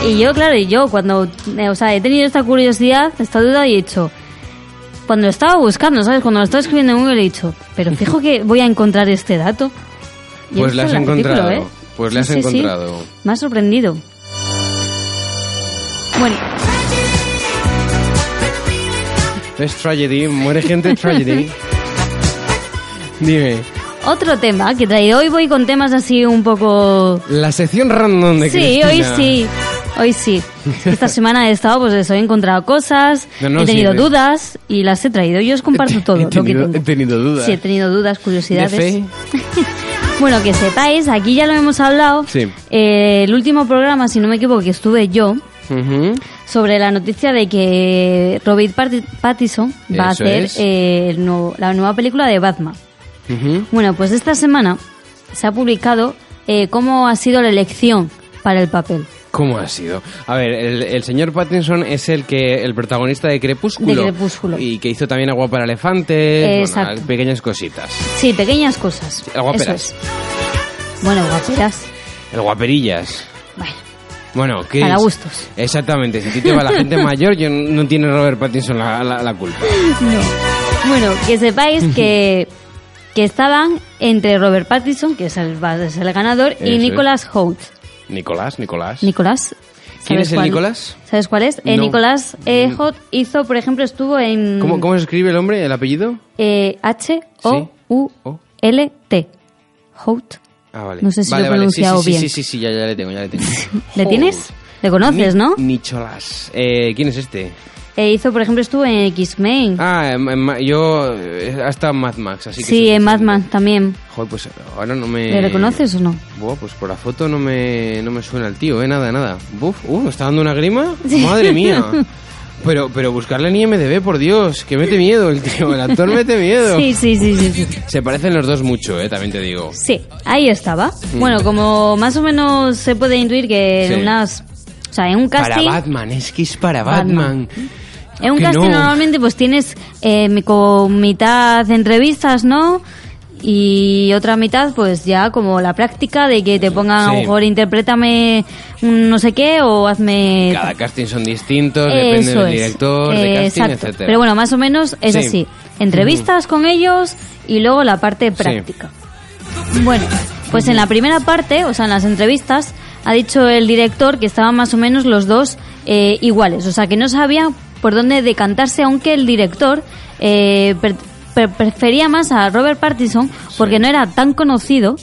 S3: Y yo, claro, y yo cuando, eh, o sea, he tenido esta curiosidad, esta duda y he dicho, cuando lo estaba buscando, ¿sabes? Cuando lo estaba escribiendo en Google he dicho, pero fijo que voy a encontrar este dato. Y he
S1: Pues lo
S3: visto
S1: has
S3: el
S1: encontrado,
S3: artículo, ¿eh?
S1: pues lo has encontrado.
S3: Me ha sorprendido. Bueno,
S1: Es tragedy, muere gente tragedy. Dime,
S3: Otro tema que traí. Hoy voy con temas así un poco.
S1: la sección random de
S3: Sí,
S1: Cristina.
S3: hoy sí. Hoy sí. Esta semana he estado, pues eso, he encontrado cosas,
S1: No, no,
S3: he tenido
S1: sí, de-
S3: dudas y las he traído. Yo os comparto todo.
S1: he tenido,
S3: lo que tengo.
S1: he tenido dudas.
S3: Sí, he tenido dudas,
S1: ¿De
S3: curiosidades.
S1: fe?
S3: Bueno, que sepáis, aquí ya lo hemos hablado.
S1: Sí.
S3: Eh, el último programa, si no me equivoco, que estuve yo,
S1: Ujú.
S3: sobre la noticia de que Robert Parti- Pattinson va a
S1: Eso
S3: hacer
S1: es.
S3: eh, el nuevo- la nueva película de Batman.
S1: Ujú.
S3: Bueno, pues esta semana se ha publicado eh, cómo ha sido la elección para el papel
S1: ¿Cómo ha sido? A ver, el, el señor Pattinson es el que el protagonista de Crepúsculo.
S3: De Crepúsculo.
S1: Y que hizo también Agua para Elefantes. bueno,
S3: Exacto.
S1: pequeñas cositas.
S3: Sí, pequeñas cosas.
S1: el guaperas.
S3: Eso es. Bueno, guaperas.
S1: El Guaperillas.
S3: Bueno,
S1: Bueno, ¿qué
S3: Para
S1: es?
S3: gustos.
S1: Exactamente, si a ti te va la gente mayor, yo no no tiene Robert Pattinson la, la- la culpa.
S3: bueno que sepáis que que estaban entre Robert Pattinson, que es el, va a ser el ganador, y
S1: Eso
S3: Nicholas Hoult.
S1: Nicolás, Nicolás.
S3: Nicolás.
S1: ¿Quién
S3: ¿sabes
S1: es el
S3: cuál?
S1: Nicolás?
S3: ¿Sabes cuál es? Eh,
S1: No. Mm.
S3: Nicolás eh, Hoult hizo, por ejemplo, estuvo en
S1: ¿Cómo, cómo se escribe el hombre, el apellido?
S3: eh, H-O-U-L-T. Hout.
S1: Ah, vale.
S3: No sé si
S1: Vale,
S3: lo he
S1: vale, sí,
S3: pronunciado
S1: sí, sí,
S3: bien.
S1: Sí, sí, sí, ya, ya le tengo, ya le tengo.
S3: ¿Le
S1: Holt.
S3: tienes? ¿Le conoces,
S1: Ni-
S3: no?
S1: Nicholas. Eh, ¿Quién es este?
S3: Eh, hizo, por ejemplo, estuvo en X-Men.
S1: Ah, en- en Ma- yo eh, hasta Mad Max, así
S3: sí,
S1: que... soy
S3: en Mad
S1: suficiente.
S3: Max también.
S1: Joder, pues ahora no me...
S3: ¿Le reconoces o no?
S1: Buah, pues por la foto no me, no me suena el tío, eh, nada, nada. Buf, uh, ¿me está dando una grima? Madre mía. Pero, pero buscarle en IMDB, por Dios, que mete miedo el tío, el actor mete miedo.
S3: Sí, sí, sí, sí. sí.
S1: Se parecen los dos mucho, eh, también te digo.
S3: Sí, ahí estaba. Bueno, como más o menos se puede intuir que
S1: Sí.
S3: en unas... O sea, en un
S1: Para
S3: casting...
S1: Batman, es que es para
S3: Batman.
S1: Batman.
S3: En un
S1: Que
S3: casting
S1: no.
S3: normalmente pues tienes eh, mi- como mitad entrevistas, ¿no? Y otra mitad pues ya como la práctica de que te pongan a
S1: Sí.
S3: lo mejor interprétame un no sé qué o hazme...
S1: Cada casting son distintos, depende
S3: Eso
S1: del
S3: es.
S1: director, de
S3: Eh,
S1: casting,
S3: exacto.
S1: etcétera.
S3: Pero bueno, más o menos es
S1: Sí.
S3: así. Entrevistas con ellos y luego la parte práctica. Bueno, pues en la primera parte, o sea, en las entrevistas, ha dicho el director que estaban más o menos los dos eh, iguales. O sea, que no sabía por dónde decantarse, aunque el director eh, per- per- prefería más a Robert Pattinson porque no era tan conocido,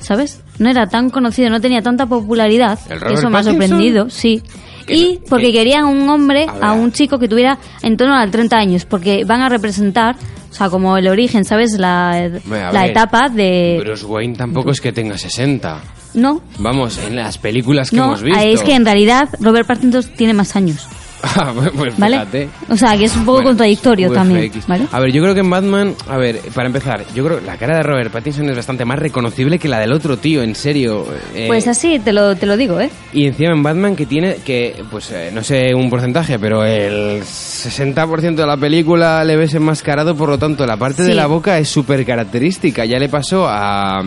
S3: ¿sabes? No era tan conocido, no tenía tanta popularidad.
S1: ¿El
S3: que
S1: Robert
S3: Eso me ha
S1: Pattinson?
S3: sorprendido, sí.
S1: Que
S3: Y
S1: no-
S3: porque
S1: que-
S3: querían un hombre,
S1: A ver.
S3: a un chico que tuviera en torno al 30 años, porque van a representar, o sea, como el origen, ¿sabes? La,
S1: Hombre, a
S3: la
S1: ver,
S3: etapa de...
S1: Bruce Wayne tampoco es que tenga 60.
S3: No,
S1: Vamos, en las películas que
S3: no,
S1: hemos visto.
S3: es que en realidad Robert Pattinson tiene más años,
S1: Ah, pues
S3: ¿vale?
S1: fíjate.
S3: O sea, que es un poco
S1: Bueno,
S3: contradictorio
S1: VFX.
S3: también, ¿vale?
S1: A ver, yo creo que en Batman, a ver, para empezar, yo creo que la cara de Robert Pattinson es bastante más reconocible que la del otro tío, en serio. eh,
S3: Pues así te lo, te lo digo, ¿eh?
S1: Y encima en Batman que tiene, que, pues eh, no sé un porcentaje, pero el 60% de la película le ves enmascarado, por lo tanto la parte de
S3: Sí.
S1: la boca es súper característica. Ya le pasó a...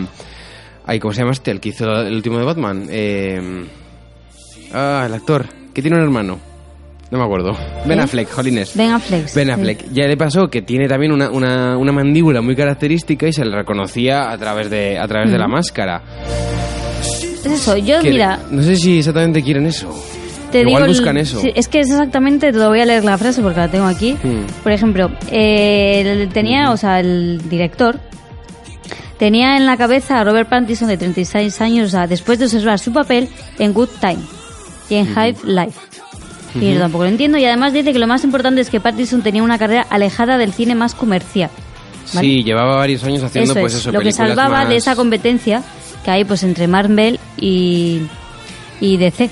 S1: Ay, ¿cómo se llama este? El que hizo el último de Batman. Eh, ah, el actor. Que tiene un hermano. No me acuerdo. Ben
S3: ¿Eh?
S1: Affleck, jolines.
S3: Ben Affleck,
S1: Ben
S3: sí.
S1: Affleck. Ya le pasó que tiene también una, una, una mandíbula muy característica y se le reconocía a través de, a través de la máscara.
S3: Es eso, Mm. yo
S1: Que-
S3: mira,
S1: No sé si exactamente quieren eso.
S3: Te
S1: Igual
S3: digo el-
S1: buscan eso.
S3: sí, es que es exactamente, te lo voy a leer la frase porque la tengo aquí.
S1: Mm.
S3: Por ejemplo, eh, el- tenía,
S1: Hmm.
S3: o sea, el director tenía en la cabeza a Robert Pattinson de 36 años, o sea, después de observar su papel en Good Time y
S1: Hmm.
S3: en Hive Life. Y yo tampoco lo entiendo. Y además dice que lo más importante es que Pattinson tenía una carrera alejada del cine más comercial. ¿vale?
S1: Sí, llevaba varios años haciendo
S3: Eso
S1: pues
S3: es,
S1: eso.
S3: lo que
S1: películas
S3: salvaba
S1: más-
S3: de esa competencia que hay pues entre Marvel y, y DC.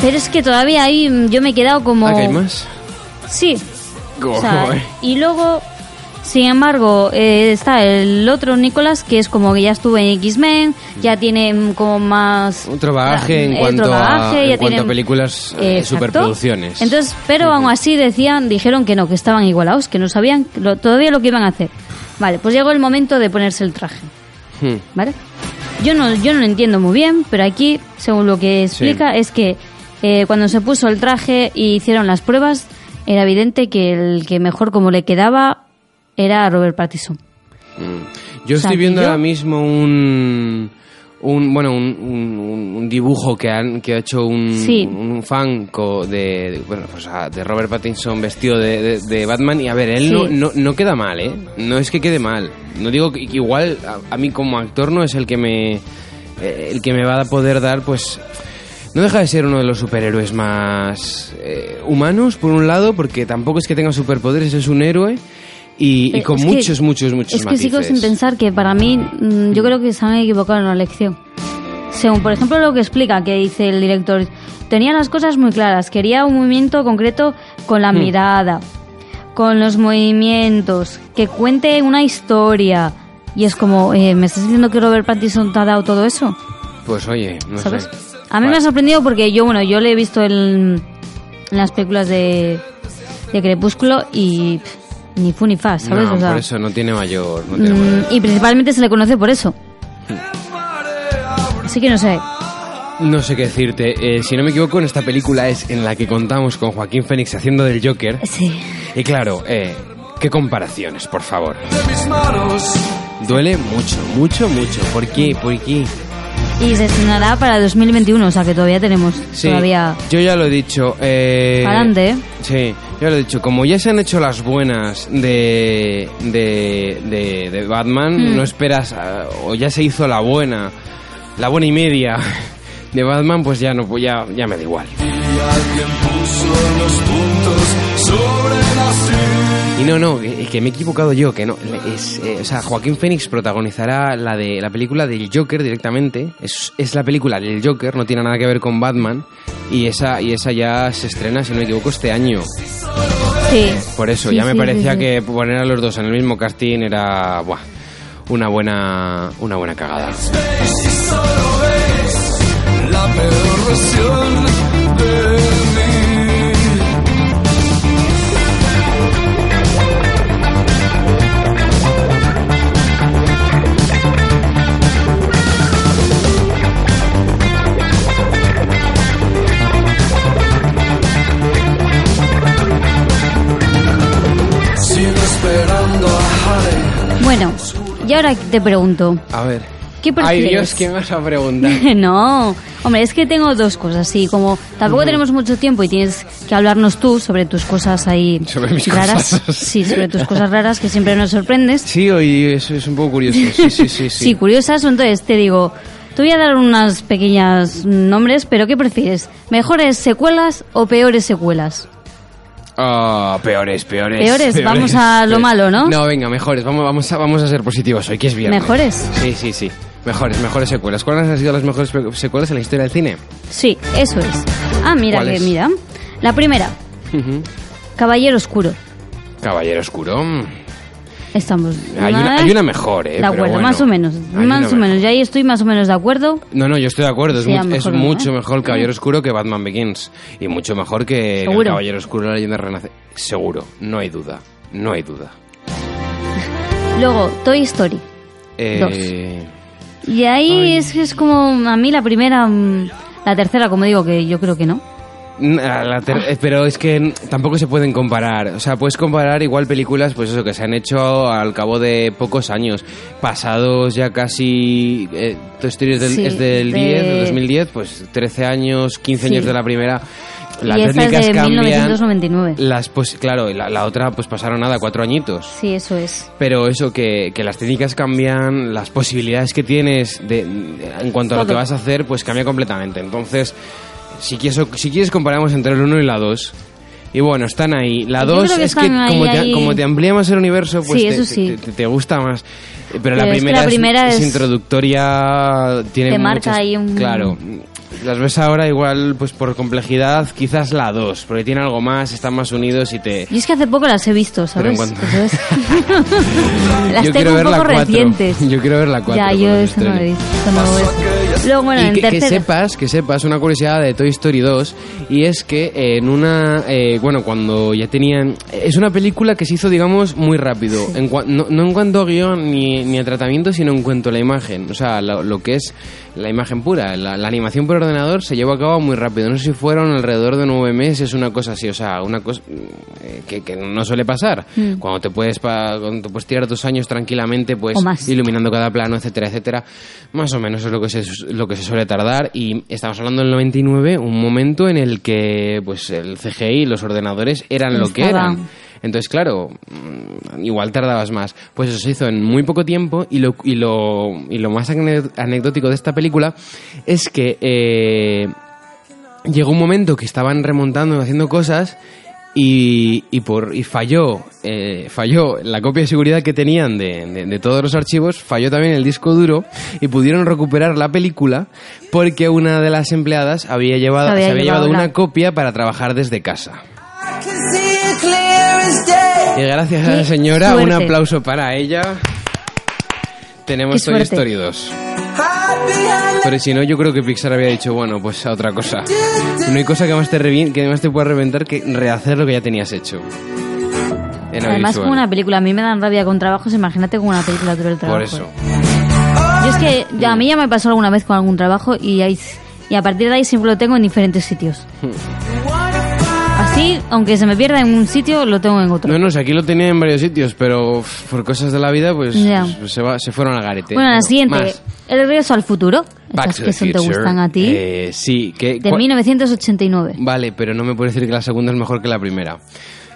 S3: Pero es que todavía ahí mm, yo me he quedado como...
S1: Ah, que hay más.
S3: Sí. o sea,
S1: Joder.
S3: y luego, sin embargo, eh, está el otro Nicolás, que es como que ya estuvo en X-Men, ya tiene mm, como más...
S1: Otro bagaje en
S3: eh,
S1: cuanto
S3: otro
S1: a-
S3: bagaje,
S1: en
S3: ya
S1: cuanto a
S3: tienen-
S1: películas, eh,
S3: Exacto.
S1: superproducciones.
S3: Entonces, pero aún así decían, dijeron que no, que estaban igualados, que no sabían lo- todavía lo que iban a hacer. Vale, pues llegó el momento de ponerse el traje.
S1: Hmm.
S3: ¿vale? Yo no, yo no lo entiendo muy bien, pero aquí, según lo que explica, es que eh, cuando se puso el traje y hicieron las pruebas, era evidente que el que mejor como le quedaba era Robert Pattinson.
S1: Mm. Yo
S3: O sea,
S1: estoy viendo
S3: que yo-
S1: ahora mismo un, un bueno un, un- un- un dibujo que han que ha hecho un,
S3: Sí.
S1: un fan co- de, de- bueno pues, ah, de Robert Pattinson vestido de, de- de Batman y a ver él no,
S3: Sí.
S1: no no queda mal eh no es que quede mal no digo que igual a, a mí como actor no es el que me eh, el que me va a poder dar pues no deja de ser uno de los superhéroes más eh, humanos, por un lado, porque tampoco es que tenga superpoderes, es un héroe y, y
S3: Eh,
S1: con
S3: es que-
S1: muchos, muchos, muchos
S3: Es que sigo
S1: matices.
S3: sin pensar que para mí, mm, yo creo que se han equivocado en la elección. Según, por ejemplo, lo que explica, que dice el director, tenía las cosas muy claras, quería un movimiento concreto con
S1: Hmm.
S3: la mirada, con los movimientos, que cuente una historia. Y es como, eh, ¿me estás diciendo que Robert Pattinson te ha dado todo eso?
S1: Pues oye, no
S3: ¿Sabes?
S1: sé.
S3: A mí me ha
S1: Vale.
S3: sorprendido porque yo, bueno, yo le he visto en, en las películas de, de Crepúsculo y pff, ni fu ni fa, ¿sabes?
S1: No,
S3: O sea,
S1: por eso no tiene mayor. No tiene
S3: Mm,
S1: mayor.
S3: y principalmente se le conoce por eso. Así que no sé. Mm.
S1: No sé qué decirte. Eh, si no me equivoco, en esta película es en la que contamos con Joaquín Fénix haciendo del Joker.
S3: Sí.
S1: Y claro, eh, Qué comparaciones, por favor. Duele mucho, mucho, mucho. ¿Por qué? ¿Por qué?
S3: Y se estrenará para 2021, o sea que todavía tenemos.
S1: Sí,
S3: Todavía.
S1: yo ya lo he dicho. Eh,
S3: Pa'lante, ¿eh?
S1: Sí, yo lo he dicho. Como ya se han hecho las buenas de, de, de, de Batman,
S3: Mm.
S1: no esperas, a- o ya se hizo la buena, la buena y media de Batman, pues ya no, pues ya, ya me da igual. Y no, no, que, que me he equivocado yo, que no. Es, eh, o sea, Joaquín Phoenix protagonizará la de la película del Joker directamente. Es, es la película del Joker, no tiene nada que ver con Batman. Y esa, y esa ya se estrena, si no me equivoco, este año.
S3: Sí.
S1: Por eso,
S3: Sí,
S1: ya me
S3: sí,
S1: parecía
S3: sí, sí.
S1: que poner a los dos en el mismo casting era buah, una buena una buena cagada.
S3: Bueno, y ahora te pregunto.
S1: A ver.
S3: ¿Qué
S1: Ay
S3: prefieres?
S1: Dios, ¿qué me vas a preguntar?
S3: no, hombre, es que tengo dos cosas. Sí, como tampoco tenemos mucho tiempo y tienes que hablarnos tú sobre tus cosas ahí
S1: Sobre mis
S3: raras.
S1: cosas.
S3: Sí, sobre tus cosas raras que siempre nos sorprendes.
S1: Sí, hoy es, es un poco curioso. Sí, sí, sí, sí.
S3: Sí, curiosas. Entonces te digo, te voy a dar unas pequeñas nombres, pero ¿qué prefieres? ¿Mejores secuelas o peores secuelas?
S1: Ah, peores, peores.
S3: Peores, vamos a lo malo, ¿no?
S1: No, venga, mejores. Vamos, vamos, a, vamos a ser positivos hoy, que es viernes.
S3: ¿Mejores?
S1: Sí, sí, sí. Mejores, mejores secuelas. ¿Cuáles han sido las mejores pe- secuelas en la historia del cine?
S3: Sí, eso es. Ah, mira,
S1: ¿Cuál
S3: que
S1: es?
S3: mira. La primera, Caballero Oscuro.
S1: Caballero Oscuro. mm.
S3: Estamos.
S1: Hay una, hay una mejor, ¿eh?
S3: De
S1: pero
S3: acuerdo,
S1: bueno.
S3: más o menos.
S1: Hay una
S3: Más o
S1: mejor.
S3: menos. Ya ahí estoy más o menos de acuerdo.
S1: No, no, yo estoy de acuerdo. Es,
S3: Sea
S1: mu- es
S3: mejor, ¿verdad?
S1: mucho mejor Caballero Oscuro que Batman Begins. Y mucho mejor que el
S3: Seguro.
S1: Caballero Oscuro la leyenda renace. Seguro, no hay duda. No hay duda.
S3: Luego, Toy Story.
S1: Eh,
S3: Y ahí es, es como a mí la primera. mm, La tercera, como digo, que yo creo que no.
S1: n- a la ter- eh, pero es que n- tampoco se pueden comparar. O sea, puedes comparar igual películas, pues eso, que se han hecho al cabo de pocos años. Pasados ya casi. Eh, Toy Story es del,
S3: Sí,
S1: es del
S3: de-
S1: 10, del 2010, pues 13 años, 15
S3: Sí.
S1: años de la primera. Las
S3: y esta
S1: técnicas
S3: es de
S1: cambian.
S3: 1999.
S1: Las, pues claro, y la, la otra, pues pasaron nada, cuatro añitos.
S3: Sí, eso es.
S1: Pero eso, que, que las técnicas cambian, las posibilidades que tienes de, de- en cuanto a lo
S3: Todo.
S1: que vas a hacer, pues cambia completamente. Entonces, si quieres, si quieres comparamos entre el 1 y la 2. Y bueno, están ahí. La
S3: Yo creo
S1: 2
S3: que
S1: es que
S3: están ahí,
S1: como,
S3: ahí.
S1: Te, como te amplía más el universo, pues
S3: Sí,
S1: te,
S3: eso sí.
S1: te- te- te gusta más. Eh, Pero,
S3: es
S1: la
S3: que
S1: primera,
S3: la primera
S1: es,
S3: es-
S1: introductoria, tiene
S3: te marca
S1: muchas-
S3: ahí un-
S1: Claro. Las ves ahora igual, pues por complejidad, quizás la 2, porque tiene algo más, están más unidos y te...
S3: Y es que hace poco las he visto,
S1: Pero en
S3: ¿sabes?
S1: cuanto-
S3: Entonces- las
S1: Yo quiero
S3: tengo un
S1: ver la
S3: poco
S1: cuatro.
S3: recientes.
S1: Yo quiero ver la cuatro
S3: Ya,
S1: con
S3: yo
S1: los
S3: eso no lo he
S1: estrenos.
S3: visto. eso no lo he visto. Luego, bueno,
S1: y
S3: en
S1: que, que
S3: tercera.
S1: sepas, que sepas una curiosidad de Toy Story 2 y es que eh, en una, eh, bueno, cuando ya tenían, es una película que se hizo, digamos, muy rápido, en cua- no, no en cuanto a guión ni, ni a tratamiento, sino en cuanto a la imagen, o sea, lo, lo que es la imagen pura, la, la animación por ordenador se llevó a cabo muy rápido, no sé si fueron alrededor de nueve meses, una cosa así, o sea, una cosa eh, que, que no suele pasar,
S3: Mm.
S1: cuando te puedes pa- cuando te puedes tirar dos años tranquilamente, pues
S3: O más.
S1: y iluminando cada plano, etcétera, etcétera. Más o menos es lo que se, lo que se suele tardar y estamos hablando del 99, un momento en el que pues el CGI y los ordenadores eran lo que
S3: Estaba.
S1: eran. Entonces, claro, mm, igual tardabas más. Pues eso se hizo en muy poco tiempo y lo, y lo, y lo más ane- anecdótico de esta película es que eh, llegó un momento que estaban remontando, haciendo cosas y, y por y falló eh, falló la copia de seguridad que tenían de, de- de todos los archivos falló también el disco duro y pudieron recuperar la película porque una de las empleadas había llevado
S3: Había
S1: se había
S3: llevado
S1: llevado
S3: la-
S1: una copia para trabajar desde casa y gracias a
S3: Qué
S1: la señora un
S3: suerte.
S1: aplauso para ella tenemos
S3: Qué
S1: Toy
S3: suerte.
S1: Story 2 pero si no, yo creo que Pixar había dicho, bueno, pues a otra cosa. No hay cosa que más te, revien- que más te pueda reventar que rehacer lo que ya tenías hecho. En
S3: Además,
S1: audiovisual.
S3: como una película, a mí me dan rabia con trabajos, imagínate como una película dura el trabajo.
S1: Por eso.
S3: Yo es que ya- a mí ya me pasó alguna vez con algún trabajo y, ahí- y a partir de ahí siempre lo tengo en diferentes sitios. Sí, aunque se me pierda en un sitio, lo tengo en otro.
S1: No, no, si aquí lo tenía en varios sitios, pero uf, por cosas de la vida, pues
S3: Ya.
S1: pues, se, va- se fueron al garete.
S3: bueno, la
S1: Pero,
S3: siguiente,
S1: más.
S3: El regreso al futuro.
S1: Back
S3: Estas
S1: to
S3: que
S1: the
S3: son te
S1: Future.
S3: gustan a ti.
S1: Eh, sí, que...
S3: de
S1: cua-
S3: 1989.
S1: Vale, pero no me puede decir que la segunda es mejor que la primera.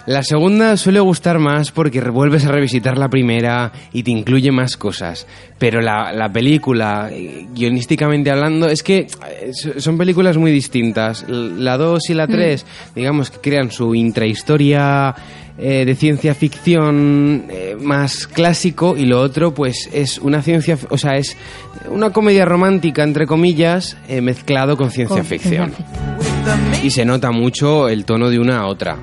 S1: La segunda suele gustar más porque vuelves a revisitar la primera y te incluye más cosas. Pero la, la película, eh, guionísticamente hablando, es que eh, so- son películas muy distintas. L- La 2 y
S3: Mm.
S1: la 3, digamos que crean su intrahistoria eh, de ciencia ficción eh, más clásico y lo otro pues es una ciencia, o sea, es una comedia romántica, entre comillas, eh, mezclado con ciencia
S3: Con
S1: ficción.
S3: ciencia
S1: Y se nota mucho el tono de una a otra.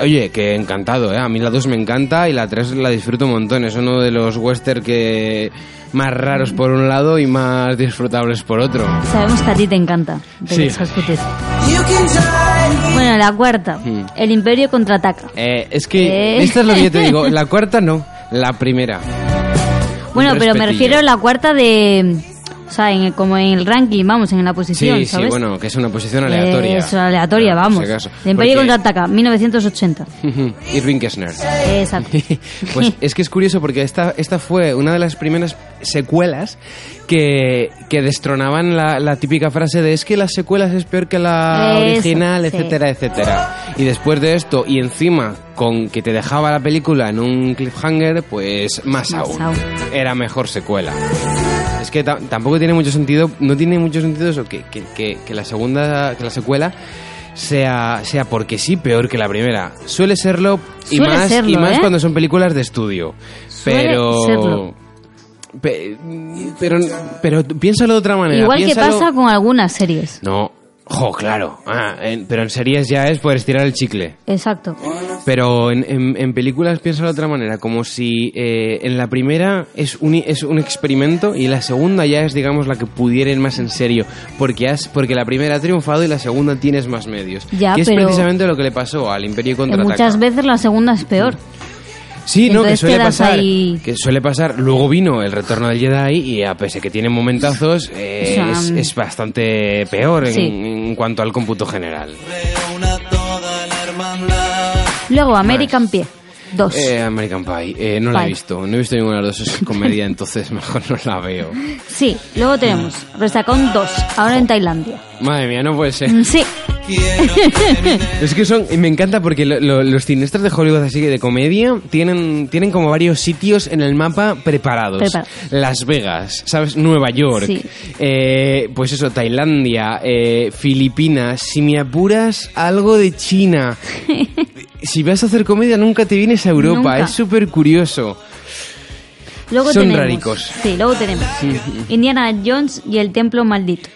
S1: Oye, que encantado, ¿eh? A mí la 2 me encanta y la 3 la disfruto un montón. Es uno de los western que más raros por un lado y más disfrutables por otro.
S3: Sabemos que a ti te encanta. Regreso al futuro. Bueno, la cuarta. El imperio contraataca.
S1: Hmm. Eh, es que
S3: ¿Eh?
S1: esta es lo que yo te digo. La cuarta no, la primera.
S3: Bueno, pero me
S1: respetillo.
S3: refiero a la cuarta de... O sea, en el- como en el ranking, vamos, en la posición,
S1: Sí, sí,
S3: ¿sabes?
S1: bueno, que es una posición aleatoria.
S3: Es aleatoria,
S1: Ah, por
S3: vamos.
S1: si acaso.
S3: El Imperio
S1: Porque-
S3: contraataca, 1980.
S1: Irving Kessner.
S3: Exacto.
S1: Pues es que es curioso porque esta, esta fue una de las primeras secuelas que, que destronaban la, la típica frase de es que las secuelas es peor que la
S3: Eso,
S1: original,
S3: sí.
S1: etcétera, etcétera. Y después de esto, y encima con que te dejaba la película en un cliffhanger, pues más,
S3: Más
S1: aún.
S3: aún.
S1: Era mejor secuela. Es que ta- tampoco tiene mucho sentido, no tiene mucho sentido eso, que, que- que- que la segunda, que la secuela sea, sea porque sí peor que la primera. Suele serlo y
S3: Suele
S1: más, y
S3: serlo,
S1: más
S3: ¿eh?
S1: cuando son películas de estudio.
S3: Suele
S1: Pero.
S3: serlo.
S1: pe- pero. Pero piénsalo de otra manera.
S3: Igual que
S1: piénsalo-
S3: pasa con algunas series.
S1: No. Jo, claro. Ah, en- pero en series ya es por estirar el chicle.
S3: Exacto. Eh,
S1: Pero en, en- en películas piénsalo de otra manera, como si eh, en la primera es un, es un experimento y la segunda ya es, digamos, la que pudiera ir más en serio, porque, has, porque la primera ha triunfado y la segunda tienes más medios.
S3: Ya,
S1: que es
S3: pero-
S1: precisamente lo que le pasó al Imperio
S3: Que
S1: Contraataca. Hmm.
S3: muchas veces la segunda es peor.
S1: Sí, no, que
S3: Entonces
S1: suele
S3: quedas
S1: pasar.
S3: ahí-
S1: Que suele pasar. Luego vino el retorno del Jedi y a pesar que tiene momentazos, eh,
S3: O sea,
S1: es, es bastante peor en-
S3: sí.
S1: en cuanto al cómputo general.
S3: Luego, American Pie, dos.
S1: Eh, American Pie, eh, no la he
S3: Pie.
S1: visto, no he visto ninguna de las dos, es comedia, entonces mejor no la veo.
S3: Sí, luego tenemos Resacón 2, ahora
S1: Oh.
S3: en Tailandia.
S1: Madre mía, no puede ser.
S3: Mm, Sí,
S1: Es que son, y me encanta porque lo- lo- los cineastas de Hollywood, así que de comedia, tienen, tienen como varios sitios en el mapa preparados.
S3: Prepara-
S1: Las Vegas, ¿sabes? Nueva York,
S3: Sí.
S1: eh, pues eso, Tailandia, eh, Filipinas, si me apuras, algo de China. si vas a hacer comedia, nunca te vienes a Europa,
S3: Nunca.
S1: es súper curioso.
S3: luego
S1: Son
S3: tenemos.
S1: raricos.
S3: Sí, luego tenemos Indiana Jones y el Templo Maldito,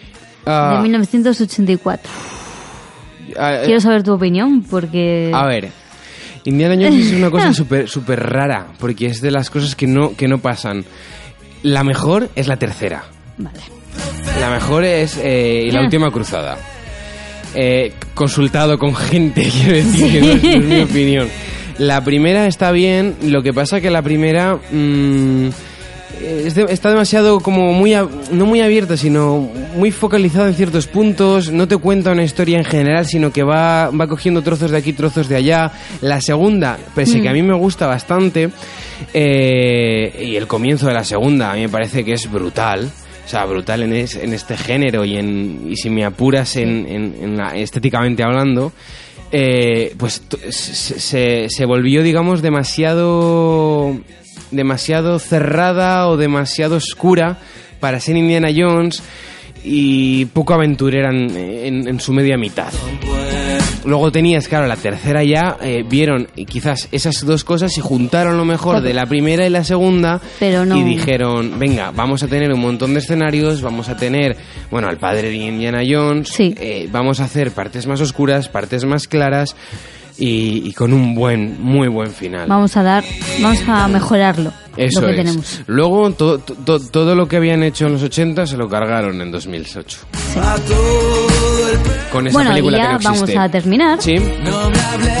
S1: Ah,
S3: de 1984.
S1: ah, eh,
S3: Quiero saber tu opinión, porque.
S1: A ver, Indiana Jones es una cosa súper súper rara, porque es de las cosas que no, que no pasan. La mejor es la tercera.
S3: Vale.
S1: La mejor es eh, y la
S3: Ah.
S1: última cruzada. Eh, consultado con gente, quiero decir, que no es, no es mi opinión. La primera está bien, lo que pasa que la primera mm, es de- este- está demasiado como muy, a- no muy abierta, sino muy focalizada en ciertos puntos, no te cuenta una historia en general, sino que va, va cogiendo trozos de aquí, trozos de allá. La segunda, pese que a mí me gusta bastante, eh, y el comienzo de la segunda a mí me parece que es brutal. O sea, brutal en, es- en este género y, en, y si me apuras en, en- en la- estéticamente hablando, eh, pues t- se, se- se volvió, digamos, demasiado, demasiado cerrada o demasiado oscura para ser Indiana Jones y poco aventurera en- en- en su media mitad. Luego tenías, claro, la tercera ya, eh, vieron eh, quizás esas dos cosas y juntaron lo mejor de la primera y la segunda
S3: Pero no.
S1: y dijeron, venga, vamos a tener un montón de escenarios, vamos a tener, bueno, al padre de Indiana Jones,
S3: Sí.
S1: eh, vamos a hacer partes más oscuras, partes más claras y, y con un buen, muy buen final.
S3: Vamos a dar. Vamos a mejorarlo.
S1: Eso
S3: lo que
S1: es.
S3: tenemos.
S1: Luego to- to- to- todo lo que habían hecho en los 80 se lo cargaron en 2008. Con esa
S3: Bueno, y
S1: película que
S3: ya
S1: no
S3: vamos
S1: existe.
S3: a terminar
S1: Sí.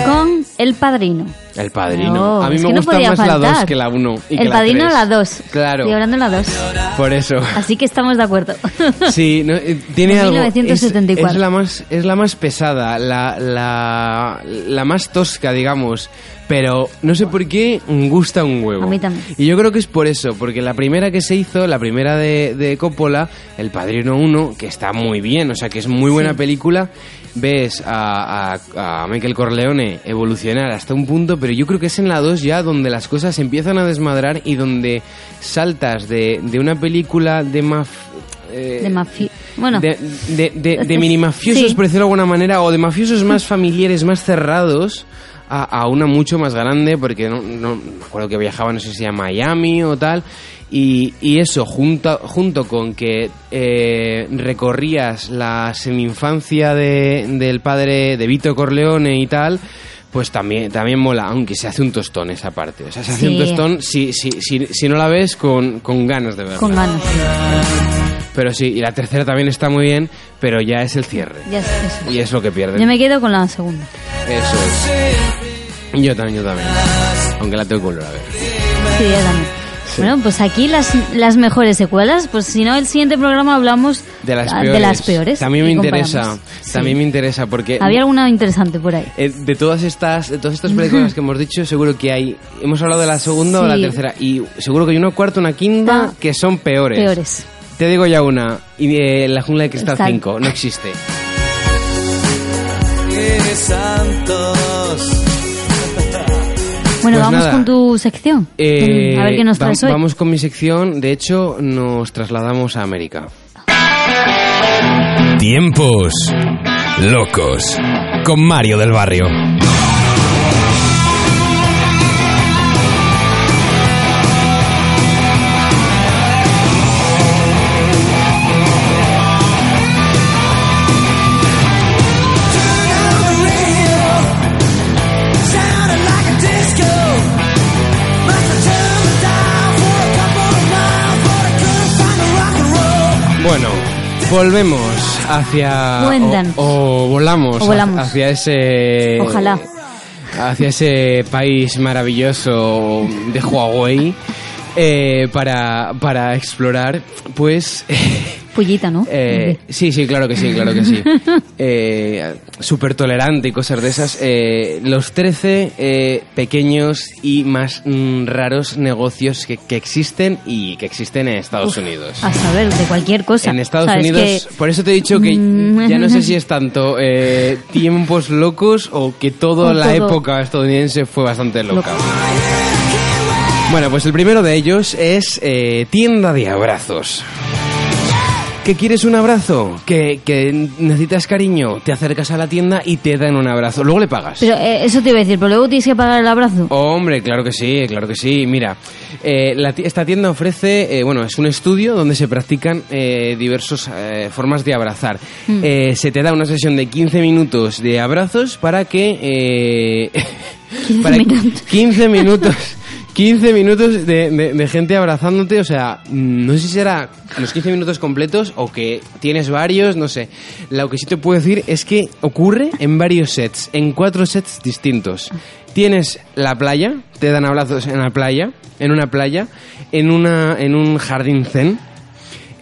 S3: con El Padrino.
S1: El Padrino.
S3: No,
S1: a mí
S3: es
S1: me
S3: que no
S1: gusta
S3: podía
S1: más la
S3: faltar.
S1: 2 que la 1.
S3: El Padrino a la 2.
S1: Claro.
S3: Estoy hablando de la 2.
S1: Por eso.
S3: Así que estamos de acuerdo.
S1: Sí, no, eh, tiene
S3: De
S1: algo. es-
S3: 1974.
S1: Es, la más, es la más pesada, la, la, la más tosca, digamos. Pero no sé por qué gusta un huevo.
S3: A mí también.
S1: Y yo creo que es por eso, porque la primera que se hizo, la primera de, de Coppola, El Padrino 1, que está muy bien, o sea que es muy buena película, ves a, a- a Michael Corleone evolucionar hasta un punto, pero yo creo que es en la 2 ya donde las cosas se empiezan a desmadrar y donde saltas de, de una película de maf... eh,
S3: De mafi- bueno.
S1: de, de, de- de minimafiosos,
S3: Sí.
S1: por decirlo de alguna manera, o de mafiosos más familiares, más cerrados, a, a una mucho más grande, porque no, no me acuerdo que viajaba, no sé si a Miami o tal. Y, y eso, junto, junto con que eh, recorrías la semi-infancia de- del padre de Vito Corleone y tal, pues también, también mola, aunque se hace un tostón esa parte. O sea, se hace
S3: Sí.
S1: un tostón si, si, si, si no la ves con, con ganas de verla.
S3: Con ganas.
S1: Pero sí, y la tercera también está muy bien, pero ya es el cierre.
S3: Ya es eso.
S1: Y es lo que pierden.
S3: Yo me quedo con la segunda.
S1: Eso es. Yo también, yo también. Aunque la tengo que volver a ver.
S3: Sí, ya también. Bueno, pues aquí las, las mejores secuelas, pues si no, el siguiente programa hablamos
S1: De las
S3: ah,
S1: peores.
S3: las peores
S1: También me
S3: y
S1: interesa.
S3: comparamos.
S1: También me
S3: Sí.
S1: interesa porque...
S3: Había alguna interesante por ahí.
S1: eh, de todas estas de todas estas películas que hemos dicho seguro que hay hemos hablado de la segunda o la
S3: Sí.
S1: tercera y seguro que hay una cuarta una quinta
S3: Ah.
S1: que son peores
S3: Peores.
S1: te digo ya una y eh, la jungla de cristal
S3: Está-
S1: 5 no existe
S3: Bueno,
S1: Pues
S3: vamos
S1: nada.
S3: con tu sección.
S1: Eh,
S3: a ver qué nos
S1: va-
S3: traes hoy.
S1: Vamos con mi sección. De hecho, nos trasladamos a América.
S2: Tiempos locos con Mario del Barrio.
S1: Bueno, volvemos hacia.
S3: Cuéntanos.
S1: O, o volamos,
S3: O volamos.
S1: ha- hacia ese.
S3: Ojalá.
S1: Hacia ese país maravilloso de Huawei. eh, para, para explorar, pues.
S3: Pullita, ¿no?
S1: Eh, sí, sí, claro que sí, claro que sí. Eh, Súper tolerante y cosas de esas. Eh, los 13 eh, pequeños y más mm, raros negocios que, que existen y que existen en Estados Unidos.
S3: a saber, de cualquier cosa.
S1: En Estados
S3: O sea, es
S1: Unidos,
S3: que-
S1: por eso te he dicho que
S3: Mm.
S1: ya no sé si es tanto eh, tiempos locos o que toda
S3: O
S1: la
S3: todo.
S1: época estadounidense fue bastante loca.
S3: Loca.
S1: Bueno, pues el primero de ellos es eh, tienda de abrazos. ¿Que quieres un abrazo? ¿Que, que necesitas cariño? Te acercas a la tienda y te dan un abrazo. Luego le pagas.
S3: Pero eh, eso te iba a decir, pero luego tienes que pagar el abrazo.
S1: Oh. Hombre, claro que sí, claro que sí. Mira, eh, la ti- esta tienda ofrece, eh, bueno, es un estudio donde se practican eh, diversas formas de abrazar. Eh, se te da una sesión de 15 minutos de abrazos para que... eh,
S3: 15 minutos.
S1: 15 minutos. 15 minutos de, de- de gente abrazándote, o sea, mm, no sé si será los 15 minutos completos o que tienes varios, no sé. Lo que sí te puedo decir es que ocurre en varios sets, en cuatro sets distintos. Tienes la playa, te dan abrazos en la playa, en una playa, en, una, en un jardín zen,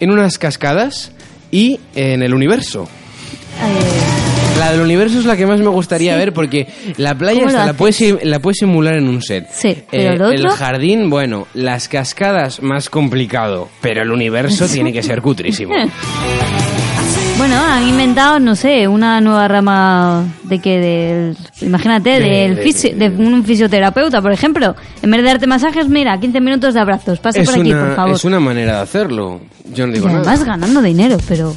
S1: en unas cascadas y en el universo.
S3: Eh,
S1: La del universo es la que más me gustaría ver porque la playa
S3: ¿Cómo
S1: esta
S3: lo
S1: la,
S3: haces?
S1: puedes, sim- la puedes simular en un set. Eh,
S3: Sí, pero lo
S1: El
S3: otro-
S1: jardín, bueno, las cascadas más complicado, pero el universo tiene que ser cutrísimo.
S3: bueno, han inventado, no sé, una nueva rama de que del...
S1: De-
S3: Imagínate, del
S1: de-
S3: fisio- de un fisioterapeuta, por ejemplo. En vez de darte masajes, mira, 15 minutos de abrazos. Pasa
S1: es,
S3: por aquí,
S1: una,
S3: por favor.
S1: es una manera de hacerlo. Yo no
S3: Y
S1: digo nada.
S3: además ganando dinero, pero...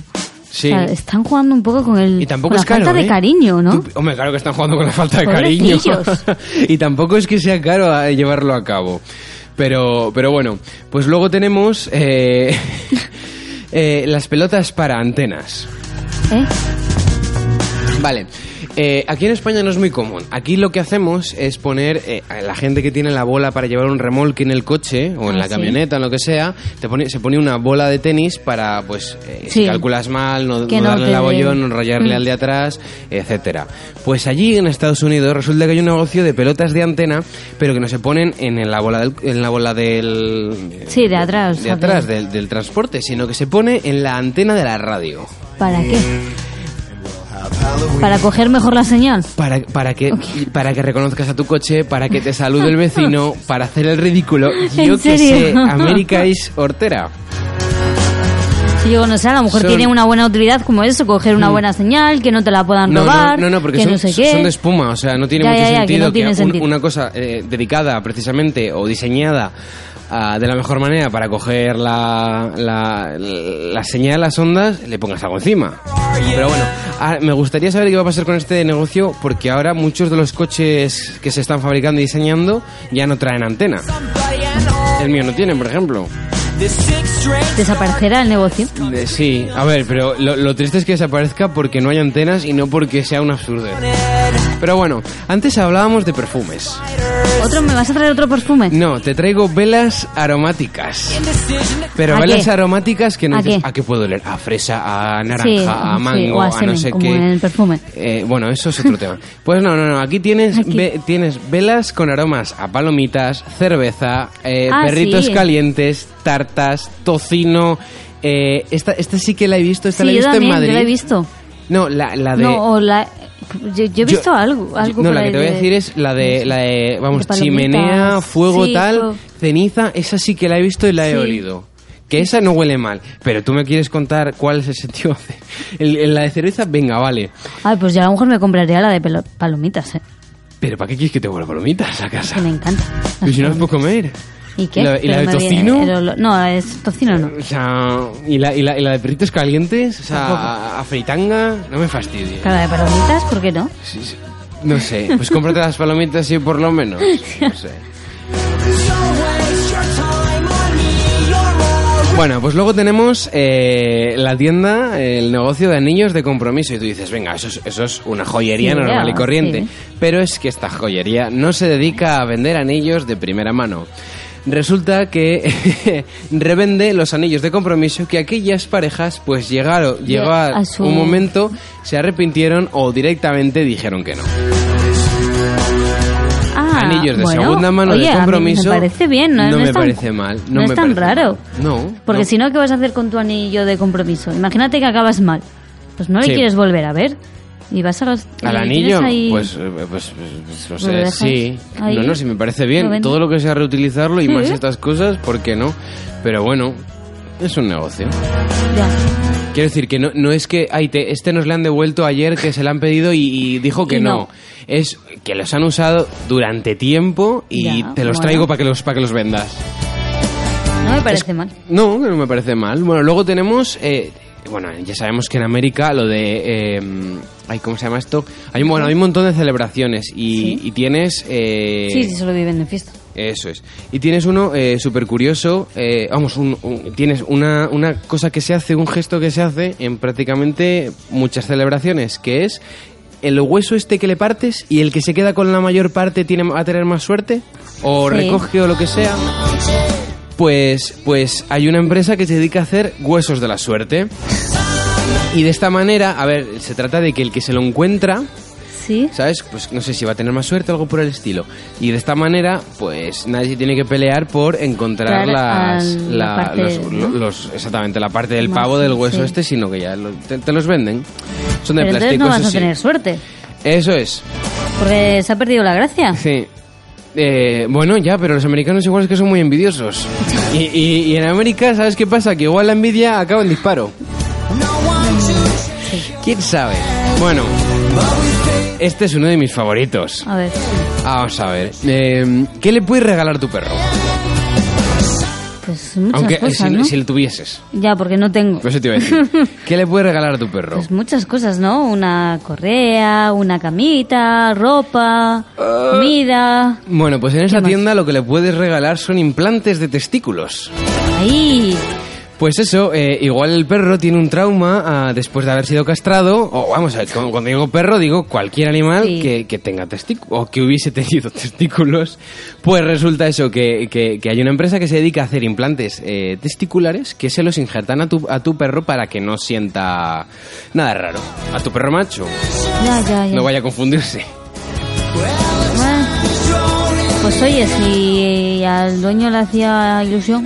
S1: Sí.
S3: o sea, están jugando un poco con el
S1: Y tampoco
S3: con
S1: es
S3: la
S1: caro,
S3: falta
S1: ¿eh?
S3: de cariño, ¿no?
S1: Tú- hombre, claro que están jugando con la falta de cariño.
S3: Pobrecillos.
S1: y tampoco es que sea caro a llevarlo a cabo. Pero, pero bueno, pues luego tenemos eh, eh, las pelotas para antenas.
S3: ¿Eh?
S1: Vale. Eh, aquí en España no es muy común. Aquí lo que hacemos es poner eh, a la gente que tiene la bola para llevar un remolque en el coche o en
S3: Ah,
S1: la
S3: sí.
S1: camioneta, en lo que sea, te pone, se pone una bola de tenis para, pues, eh, si
S3: Sí.
S1: calculas mal, no,
S3: Que
S1: no
S3: no
S1: darle
S3: te
S1: el abollón,
S3: den.
S1: no rayarle
S3: Mm.
S1: al de atrás, etcétera. Pues allí en Estados Unidos resulta que hay un negocio de pelotas de antena, pero que no se ponen en la bola del, en la bola del
S3: Sí, de atrás,
S1: de
S3: o sea,
S1: atrás del, del transporte, sino que se pone en la antena de la radio.
S3: ¿Para qué? Para coger mejor la señal.
S1: Para, para, que, para que reconozcas a tu coche, para que te salude el vecino, para hacer el ridículo.
S3: ¿En
S1: Yo que sé,
S3: serio?
S1: América es hortera.
S3: Si yo no sé, a lo mejor
S1: Son- Mm.
S3: tiene una buena utilidad como eso, coger una buena señal, que no te la puedan
S1: No,
S3: robar,
S1: no, no, no, porque
S3: que
S1: son,
S3: no sé qué.
S1: son de espuma, o sea, no tiene
S3: Ya,
S1: mucho
S3: ya, ya, que
S1: sentido
S3: no tiene
S1: un-
S3: sentido.
S1: una cosa eh, dedicada precisamente o diseñada ah, de la mejor manera para coger la, la, la señal a las ondas, le pongas algo encima. Pero bueno, ah, me gustaría saber qué va a pasar con este negocio porque ahora muchos de los coches que se están fabricando y diseñando ya no traen antena. El mío no tiene, por ejemplo.
S3: Desaparecerá el negocio.
S1: Eh, Sí, a ver, pero lo, lo triste es que desaparezca porque no hay antenas y no porque sea un absurdo. Pero bueno, antes hablábamos de perfumes.
S3: ¿Otro? ¿Me vas a traer otro perfume?
S1: No, te traigo velas aromáticas. Pero
S3: ¿A
S1: velas
S3: qué?
S1: aromáticas que no
S3: ¿A
S1: dices,
S3: qué?
S1: ¿a qué puedo oler? A fresa, a naranja,
S3: Sí,
S1: a
S3: sí,
S1: mango,
S3: o a
S1: a, no
S3: semen,
S1: sé
S3: como
S1: qué.
S3: en el perfume.
S1: Eh, bueno, eso es otro tema. Pues no, no, no. Aquí tienes,
S3: Aquí.
S1: ve- tienes velas con aromas a palomitas, cerveza, eh,
S3: Ah,
S1: perritos
S3: sí.
S1: calientes, tartas, tocino. eh, esta, esta sí que la he visto. Esta
S3: Sí,
S1: la he
S3: yo
S1: visto
S3: también,
S1: en Madrid.
S3: yo la he visto.
S1: No, la, la de.
S3: No, o la... Yo, yo he visto
S1: Yo-
S3: algo. algo
S1: no,
S3: por
S1: la que
S3: ahí
S1: te voy a
S3: de-
S1: decir es la de, la de vamos,
S3: De palomitas.
S1: chimenea, fuego,
S3: Sí,
S1: tal,
S3: fuego.
S1: ceniza, esa sí que la he visto y la he
S3: Sí.
S1: olido. Que esa no huele mal, pero tú me quieres contar cuál es el sentido. de- el- el- la de cerveza, venga, vale.
S3: Ay, pues ya a lo mejor me compraría la de pelo- palomitas, eh,
S1: Pero ¿para qué quieres que te vuelva palomitas a
S3: que
S1: casa?
S3: me encanta.
S1: Y si no las puedo comer.
S3: ¿Y qué?
S1: la- y la
S3: Pero
S1: de
S3: me viene
S1: tocino?
S3: el olor- No, es tocino no.
S1: O sea, y la, y la, y la de perritos calientes, o sea, a, a fritanga, no me fastidies.
S3: Pero la de palomitas, ¿por qué no?
S1: Sí, sí. No sé, pues cómprate las palomitas y por lo menos. No sé. Bueno, pues luego tenemos eh, la tienda, el negocio de anillos de compromiso. Y tú dices, venga, eso es, eso es una joyería
S3: Sí,
S1: normal y
S3: ya,
S1: corriente.
S3: sí.
S1: Pero es que esta joyería no se dedica a vender anillos de primera mano. Resulta que revende los anillos de compromiso que aquellas parejas, pues llegaron, llegó a-
S3: a su-
S1: un momento, se arrepintieron o directamente dijeron que no.
S3: Ah,
S1: Anillos de
S3: bueno,
S1: segunda mano
S3: oye, a
S1: de
S3: mí
S1: compromiso.
S3: Me parece bien, ¿no?
S1: No,
S3: No es
S1: me
S3: tan-
S1: parece mal. No,
S3: no es
S1: me
S3: tan
S1: parece
S3: raro.
S1: mal. No.
S3: Porque
S1: no.
S3: si no, ¿qué vas a hacer con tu anillo de compromiso? Imagínate que acabas mal. Pues no le
S1: Sí.
S3: quieres volver a ver. Y vas a los.
S1: Al
S3: y
S1: anillo,
S3: tienes ahí-
S1: pues, eh, pues, pues, no
S3: ¿Lo
S1: sé,
S3: dejas
S1: sí.
S3: ahí?
S1: No, no, si me parece
S3: ¿Lo
S1: bien.
S3: vendes?
S1: Todo lo que sea reutilizarlo y
S3: Sí.
S1: más estas cosas, ¿por qué no? Pero bueno, es un negocio.
S3: Ya.
S1: Quiero decir que no, no es que, ay, te- este nos le han devuelto ayer, que se le han pedido y, y dijo que
S3: Y
S1: no.
S3: no.
S1: Es que los han usado durante tiempo y
S3: Ya,
S1: te los
S3: bueno.
S1: traigo para que los, para que los vendas.
S3: No me parece mal.
S1: No, que no me parece mal. Bueno, luego tenemos. eh, bueno, ya sabemos que en América lo de. eh, ay, ¿Cómo se llama esto? Hay, un- bueno, hay un montón de celebraciones y,
S3: Sí.
S1: y tienes. eh,
S3: Sí, sí, solo viven en fiesta.
S1: Eso es. Y tienes uno eh, súper curioso. eh, vamos, un- un- tienes una, una cosa que se hace, un gesto que se hace en prácticamente muchas celebraciones, que es el hueso este que le partes y el que se queda con la mayor parte tiene, va a tener más suerte o
S3: Sí.
S1: recoge o lo que sea. Pues, pues hay una empresa que se dedica a hacer huesos de la suerte. Y de esta manera, a ver, se trata de que el que se lo encuentra
S3: Sí.
S1: ¿Sabes? Pues no sé si va a tener más suerte o algo por el estilo. Y de esta manera, pues nadie tiene que pelear por encontrar
S3: Claro,
S1: las,
S3: al-
S1: la-
S3: la parte,
S1: los,
S3: ¿no?
S1: lo- los- exactamente la parte del
S3: Más,
S1: pavo del
S3: sí,
S1: hueso
S3: sí.
S1: este, sino que ya lo- te, te los venden. Son de
S3: Pero entonces
S1: plástico,
S3: no vas
S1: eso
S3: a
S1: sí.
S3: tener Ah. suerte.
S1: Eso es.
S3: Porque se ha perdido la gracia.
S1: Sí. Eh, bueno, ya, pero los americanos igual es que son muy envidiosos. Y, y- y en América, ¿sabes qué pasa? Que igual la envidia acaba en disparo. ¿Quién sabe? Bueno, este es uno de mis favoritos.
S3: A ver.
S1: Vamos a ver. eh, ¿Qué le puedes regalar a tu perro?
S3: Pues muchas
S1: Aunque eh,
S3: cosas,
S1: si,
S3: ¿no?
S1: si lo tuvieses.
S3: Ya, porque no tengo.
S1: Pues eso te iba a decir. ¿Qué le puedes regalar a tu perro?
S3: Pues muchas cosas, ¿no? Una correa, una camita, ropa,
S1: Ah.
S3: comida.
S1: Bueno, pues en esa
S3: más?
S1: tienda lo que le puedes regalar son implantes de testículos.
S3: Ahí.
S1: Pues eso, eh, igual el perro tiene un trauma ah, después de haber sido castrado, o vamos a ver, cuando, cuando digo perro digo cualquier animal
S3: Sí.
S1: que, que tenga testículos, o que hubiese tenido testículos, pues resulta eso, que, que- que hay una empresa que se dedica a hacer implantes eh, testiculares que se los injertan a tu, a tu perro para que no sienta nada raro, a tu perro macho,
S3: Ya, ya, ya.
S1: no vaya a confundirse.
S3: Bueno, Pues oye, si al dueño le hacía ilusión,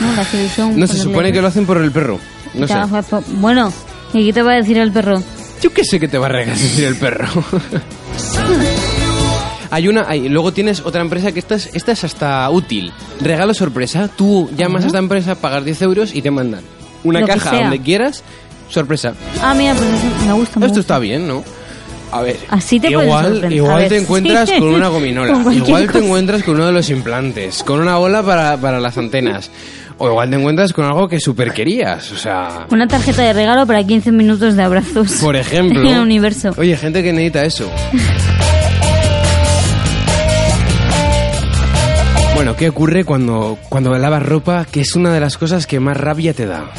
S3: no le hacía ilusión.
S1: No, se
S3: ponerle-
S1: supone que lo hacen por el perro, no sé.
S3: Ya, pues, pues, Bueno, ¿y qué te va a decir el perro?
S1: Yo qué sé que te va a regalar el perro. Hay una, hay- luego tienes otra empresa que esta es, esta es hasta útil. Regalo sorpresa. Tú llamas a esta empresa, pagas 10 euros y te mandan una
S3: Lo que
S1: caja
S3: sea.
S1: donde quieras. Sorpresa.
S3: Ah, mira, pues eso me gusta
S1: Esto
S3: mucho.
S1: está bien, ¿no? A ver.
S3: Así te pueden
S1: igual,
S3: sorprender. A
S1: igual
S3: ver,
S1: te encuentras
S3: sí.
S1: con una gominola.
S3: Con cualquier
S1: igual te
S3: cosa.
S1: encuentras con uno de los implantes. Con una bola para, para las antenas. O igual te encuentras con algo que super querías. O sea.
S3: Una tarjeta de regalo para 15 minutos de abrazos.
S1: Por ejemplo.
S3: En el universo.
S1: Oye, gente que necesita eso. Bueno, ¿qué ocurre cuando, cuando lavas ropa? Que es una de las cosas que más rabia te da.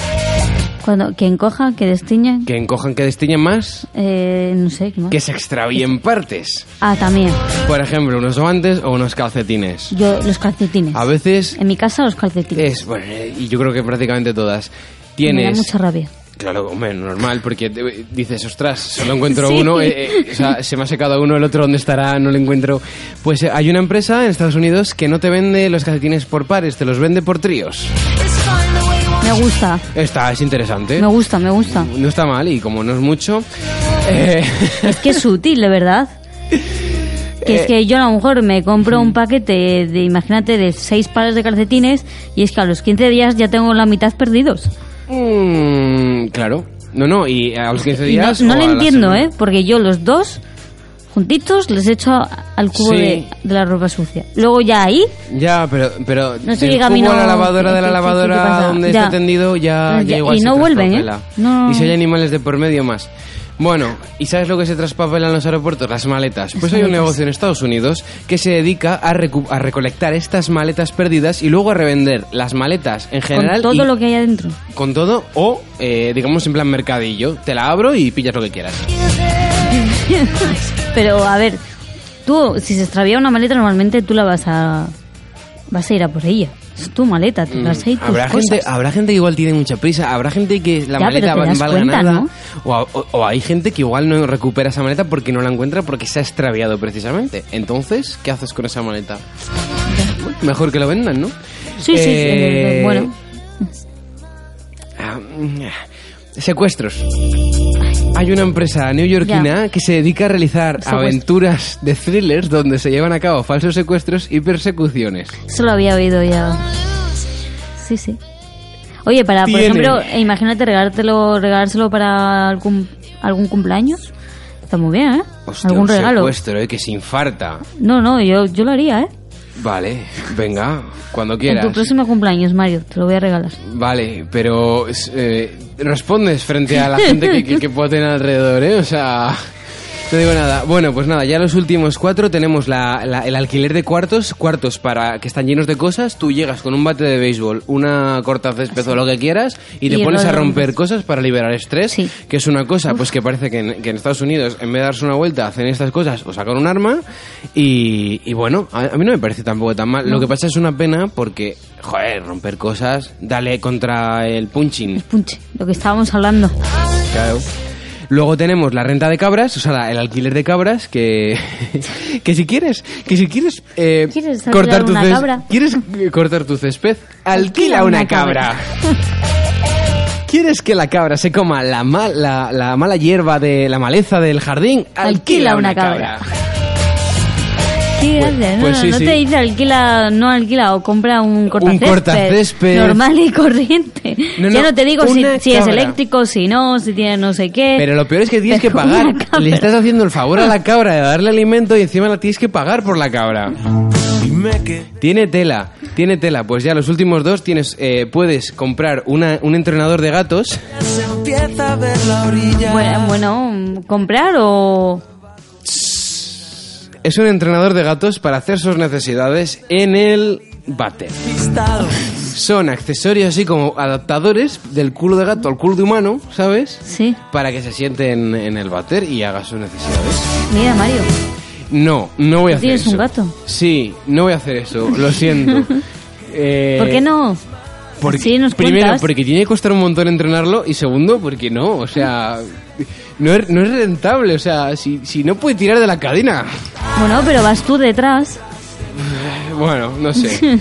S3: Cuando, que encoja, que destiña,
S1: Que encojan, que destiñen más,
S3: eh, no sé, ¿qué más?
S1: que se extravíen partes.
S3: Ah, también.
S1: Por ejemplo, unos guantes o unos calcetines.
S3: Yo, los calcetines.
S1: A veces
S3: En mi casa, los calcetines.
S1: es, bueno, eh, y yo creo que prácticamente todas.
S3: Me da
S1: Tienes
S3: mucha rabia.
S1: Claro, hombre, normal, porque te- dices, ostras, solo encuentro
S3: Sí.
S1: uno, eh, eh, o sea, se me ha secado uno, el otro, ¿dónde estará? No lo encuentro. Pues eh, hay una empresa en Estados Unidos que no te vende los calcetines por pares, te los vende por tríos.
S3: Me gusta,
S1: Esta es interesante.
S3: me gusta, me gusta.
S1: No está mal, y como no es mucho. eh,
S3: Es que es útil, de verdad. Que
S1: Eh.
S3: es que yo a lo mejor me compro
S1: Mm.
S3: un paquete de, imagínate, de seis pares de calcetines y es que a los 15 días ya tengo la mitad perdidos.
S1: mm, claro. No, no, y a los 15
S3: Y no-
S1: días.
S3: no
S1: o
S3: lo
S1: a la
S3: entiendo,
S1: semana-
S3: ¿eh? Porque yo los dos juntitos les echo a- al cubo
S1: Sí.
S3: de, de la ropa sucia. Luego ya ahí,
S1: Ya, pero, pero
S3: no sé,
S1: del
S3: diga a
S1: cubo
S3: mí no.
S1: a la lavadora de la
S3: ¿qué- qué- qué
S1: lavadora
S3: pasa?
S1: donde
S3: Ya.
S1: está tendido ya,
S3: Ya,
S1: ya igual
S3: y
S1: se
S3: no vuelven, ¿eh?
S1: traspapela.
S3: No.
S1: Y si hay animales de por medio más. Bueno, ¿y sabes lo que se traspapela en los aeropuertos? Las maletas. Pues hay un
S3: maletas.
S1: negocio en Estados Unidos que se dedica a, recu- a recolectar estas maletas perdidas y luego a revender las maletas en general.
S3: con todo
S1: y-
S3: lo que hay adentro.
S1: Con todo o, eh, digamos, en plan mercadillo. Te la abro y pillas lo que quieras.
S3: Pero a ver, tú, si se extravía una maleta, normalmente tú la vas a. Vas a ir a por ella. Es tu maleta, tú vas a ir tus
S1: Mm, Habrá
S3: cosas.
S1: gente, habrá gente que igual tiene mucha prisa, habrá gente que la
S3: Ya,
S1: maleta
S3: pero te
S1: va-
S3: das
S1: valga
S3: cuenta,
S1: nada,
S3: ¿no?
S1: o, a- o- o hay gente que igual no recupera esa maleta porque no la encuentra porque se ha extraviado precisamente. Entonces, ¿qué haces con esa maleta? Bueno, Mejor que la vendan, ¿no?
S3: Sí, sí, sí,
S1: Eh,
S3: bueno.
S1: ah, secuestros. Hay una empresa neoyorquina que se dedica a realizar
S3: Secuestros.
S1: aventuras de thrillers donde se llevan a cabo falsos secuestros y persecuciones.
S3: Eso lo había oído ya. Sí, sí. Oye, para, por
S1: Tiene.
S3: ejemplo, eh, imagínate regalártelo, regalárselo para algún, algún cumpleaños. Está muy bien, ¿eh?
S1: Hostia,
S3: algún
S1: un
S3: regalo.
S1: secuestro, eh, que se infarta.
S3: No, no, yo, yo lo haría, ¿eh?
S1: Vale, venga, cuando
S3: En
S1: quieras.
S3: tu próximo cumpleaños, Mario, te lo voy a regalar.
S1: Vale, pero eh, respondes frente a la gente que, que, que pueda tener alrededor, ¿eh? O sea, no digo nada. Bueno, pues nada, ya los últimos cuatro tenemos la, la- el alquiler de cuartos, cuartos para que están llenos de cosas. Tú llegas con un bate de béisbol, una corta césped o lo que quieras y te
S3: Y
S1: pones a
S3: luego-
S1: romper cosas para liberar estrés,
S3: Sí.
S1: que es una cosa, pues que parece que en, que en Estados Unidos, en vez de darse una vuelta, hacen estas cosas o sacan un arma. Y, y bueno, a, a mí no me parece tampoco tan mal. Lo que pasa es una pena porque, joder, romper cosas, dale contra el punching.
S3: Punche, lo que estábamos hablando.
S1: Claro. Luego tenemos la renta de cabras, o sea, la- el alquiler de cabras, que, que si quieres, que si quieres, eh,
S3: ¿Quieres
S1: cortar
S3: alquilar
S1: tu
S3: una
S1: césped,
S3: cabra?
S1: quieres eh, cortar tu césped, alquila una cabra. ¿Quieres que la cabra se coma la, ma- la, la mala hierba de la maleza del jardín? Alquila,
S3: Alquila
S1: una
S3: una
S1: cabra.
S3: Sí,
S1: Pues-
S3: gracias. No,
S1: pues sí,
S3: no
S1: sí.
S3: te dice alquila, no alquila o compra un cortacésped.
S1: cortacésped.
S3: Normal y corriente.
S1: No,
S3: ya
S1: no,
S3: no te digo si,
S1: una
S3: si es
S1: cabra.
S3: eléctrico, si no, si tiene no sé qué.
S1: Pero lo peor es que tienes que
S3: Pero
S1: pagar.
S3: una cabra.
S1: Le estás haciendo el favor a la cabra de darle alimento y encima la tienes que pagar por la cabra. Tiene tela, tiene tela. Pues ya los últimos dos tienes, eh, puedes comprar una, un entrenador de gatos.
S3: Bueno, bueno, comprar o...
S1: Es un entrenador de gatos para hacer sus necesidades en el váter. son accesorios así como adaptadores del culo de gato al culo de humano, ¿sabes?
S3: Sí.
S1: Para que se siente en, en el váter y haga sus necesidades.
S3: Mira, Mario.
S1: No, no voy a hacer
S3: ¿Tienes
S1: eso.
S3: un gato?
S1: Sí, no voy a hacer eso, lo siento. Eh,
S3: ¿Por qué no?
S1: porque-
S3: Sí, nos
S1: primero,
S3: cuentas.
S1: porque tiene que costar un montón entrenarlo y segundo, porque no, o sea, no es, no es rentable, o sea, si, si no puede tirar de la cadena.
S3: Bueno, pero vas tú detrás.
S1: Bueno, no sé.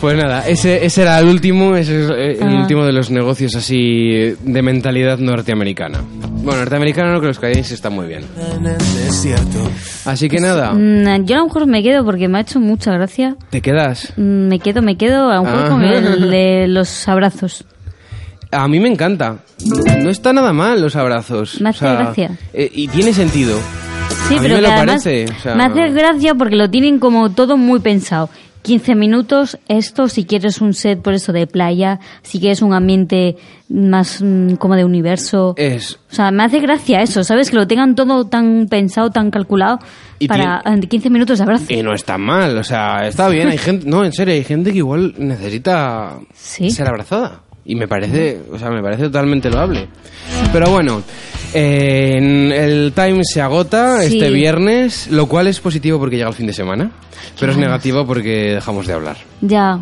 S1: Pues nada, ese, ese era el último, ese es eh, el
S3: Ah.
S1: último de los negocios así eh, de mentalidad norteamericana. Bueno, norteamericana no, que los canadienses están muy bien. Así que nada,
S3: Mm, yo a lo mejor me quedo porque me ha hecho mucha gracia.
S1: te quedas.
S3: Mm, Me quedo, me quedo, a lo mejor
S1: Ah.
S3: con el de los abrazos.
S1: A mí me encanta. No está nada mal los abrazos.
S3: Me hace gracia.
S1: eh, y tiene sentido.
S3: Sí,
S1: A mí me
S3: pero que
S1: lo
S3: además
S1: parece, o sea-
S3: me hace gracia porque lo tienen como todo muy pensado. 15 minutos, esto, si quieres un set por eso de playa, si quieres un ambiente más mm, como de universo.
S1: Es.
S3: O sea, me hace gracia eso, ¿sabes? Que lo tengan todo tan pensado, tan calculado
S1: Y
S3: para eh, 15 minutos de abrazo.
S1: Y no está mal, o sea, está bien. Hay gente, no, en serio, hay gente que igual necesita
S3: Sí.
S1: ser abrazada. Y me parece, o sea, me parece totalmente loable. Pero bueno, eh, en- el time se agota
S3: Sí.
S1: este viernes, lo cual es positivo porque llega el fin de semana, pero es negativo porque dejamos de hablar.
S3: Ya,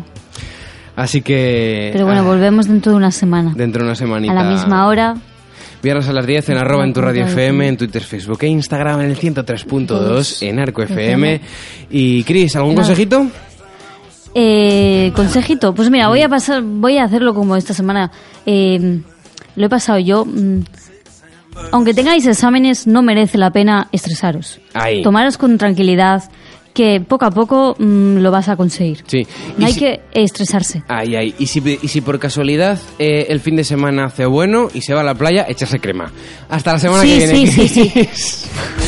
S1: Así que
S3: pero bueno,
S1: ah,
S3: volvemos dentro de una semana.
S1: dentro de una semanita
S3: a la misma hora.
S1: Viernes a las 10 en arroba en tu radio FM, en Twitter, Facebook e Instagram, en el 103.2, en Arco FM. Y Cris, ¿algún
S3: Nada.
S1: consejito?
S3: Eh, consejito, pues mira, voy a pasar, voy a hacerlo como esta semana. Eh, lo he pasado yo. mm, Aunque tengáis exámenes, no merece la pena estresaros.
S1: Ahí.
S3: Tomaros con tranquilidad, que poco a poco mm, lo vas a conseguir.
S1: Sí. Y
S3: No hay
S1: si-
S3: que estresarse.
S1: Ay, ay. Y si, y si por casualidad eh, el fin de semana hace bueno y se va a la playa, echarse crema. Hasta la semana
S3: Sí,
S1: que viene.
S3: sí, sí,
S1: sí.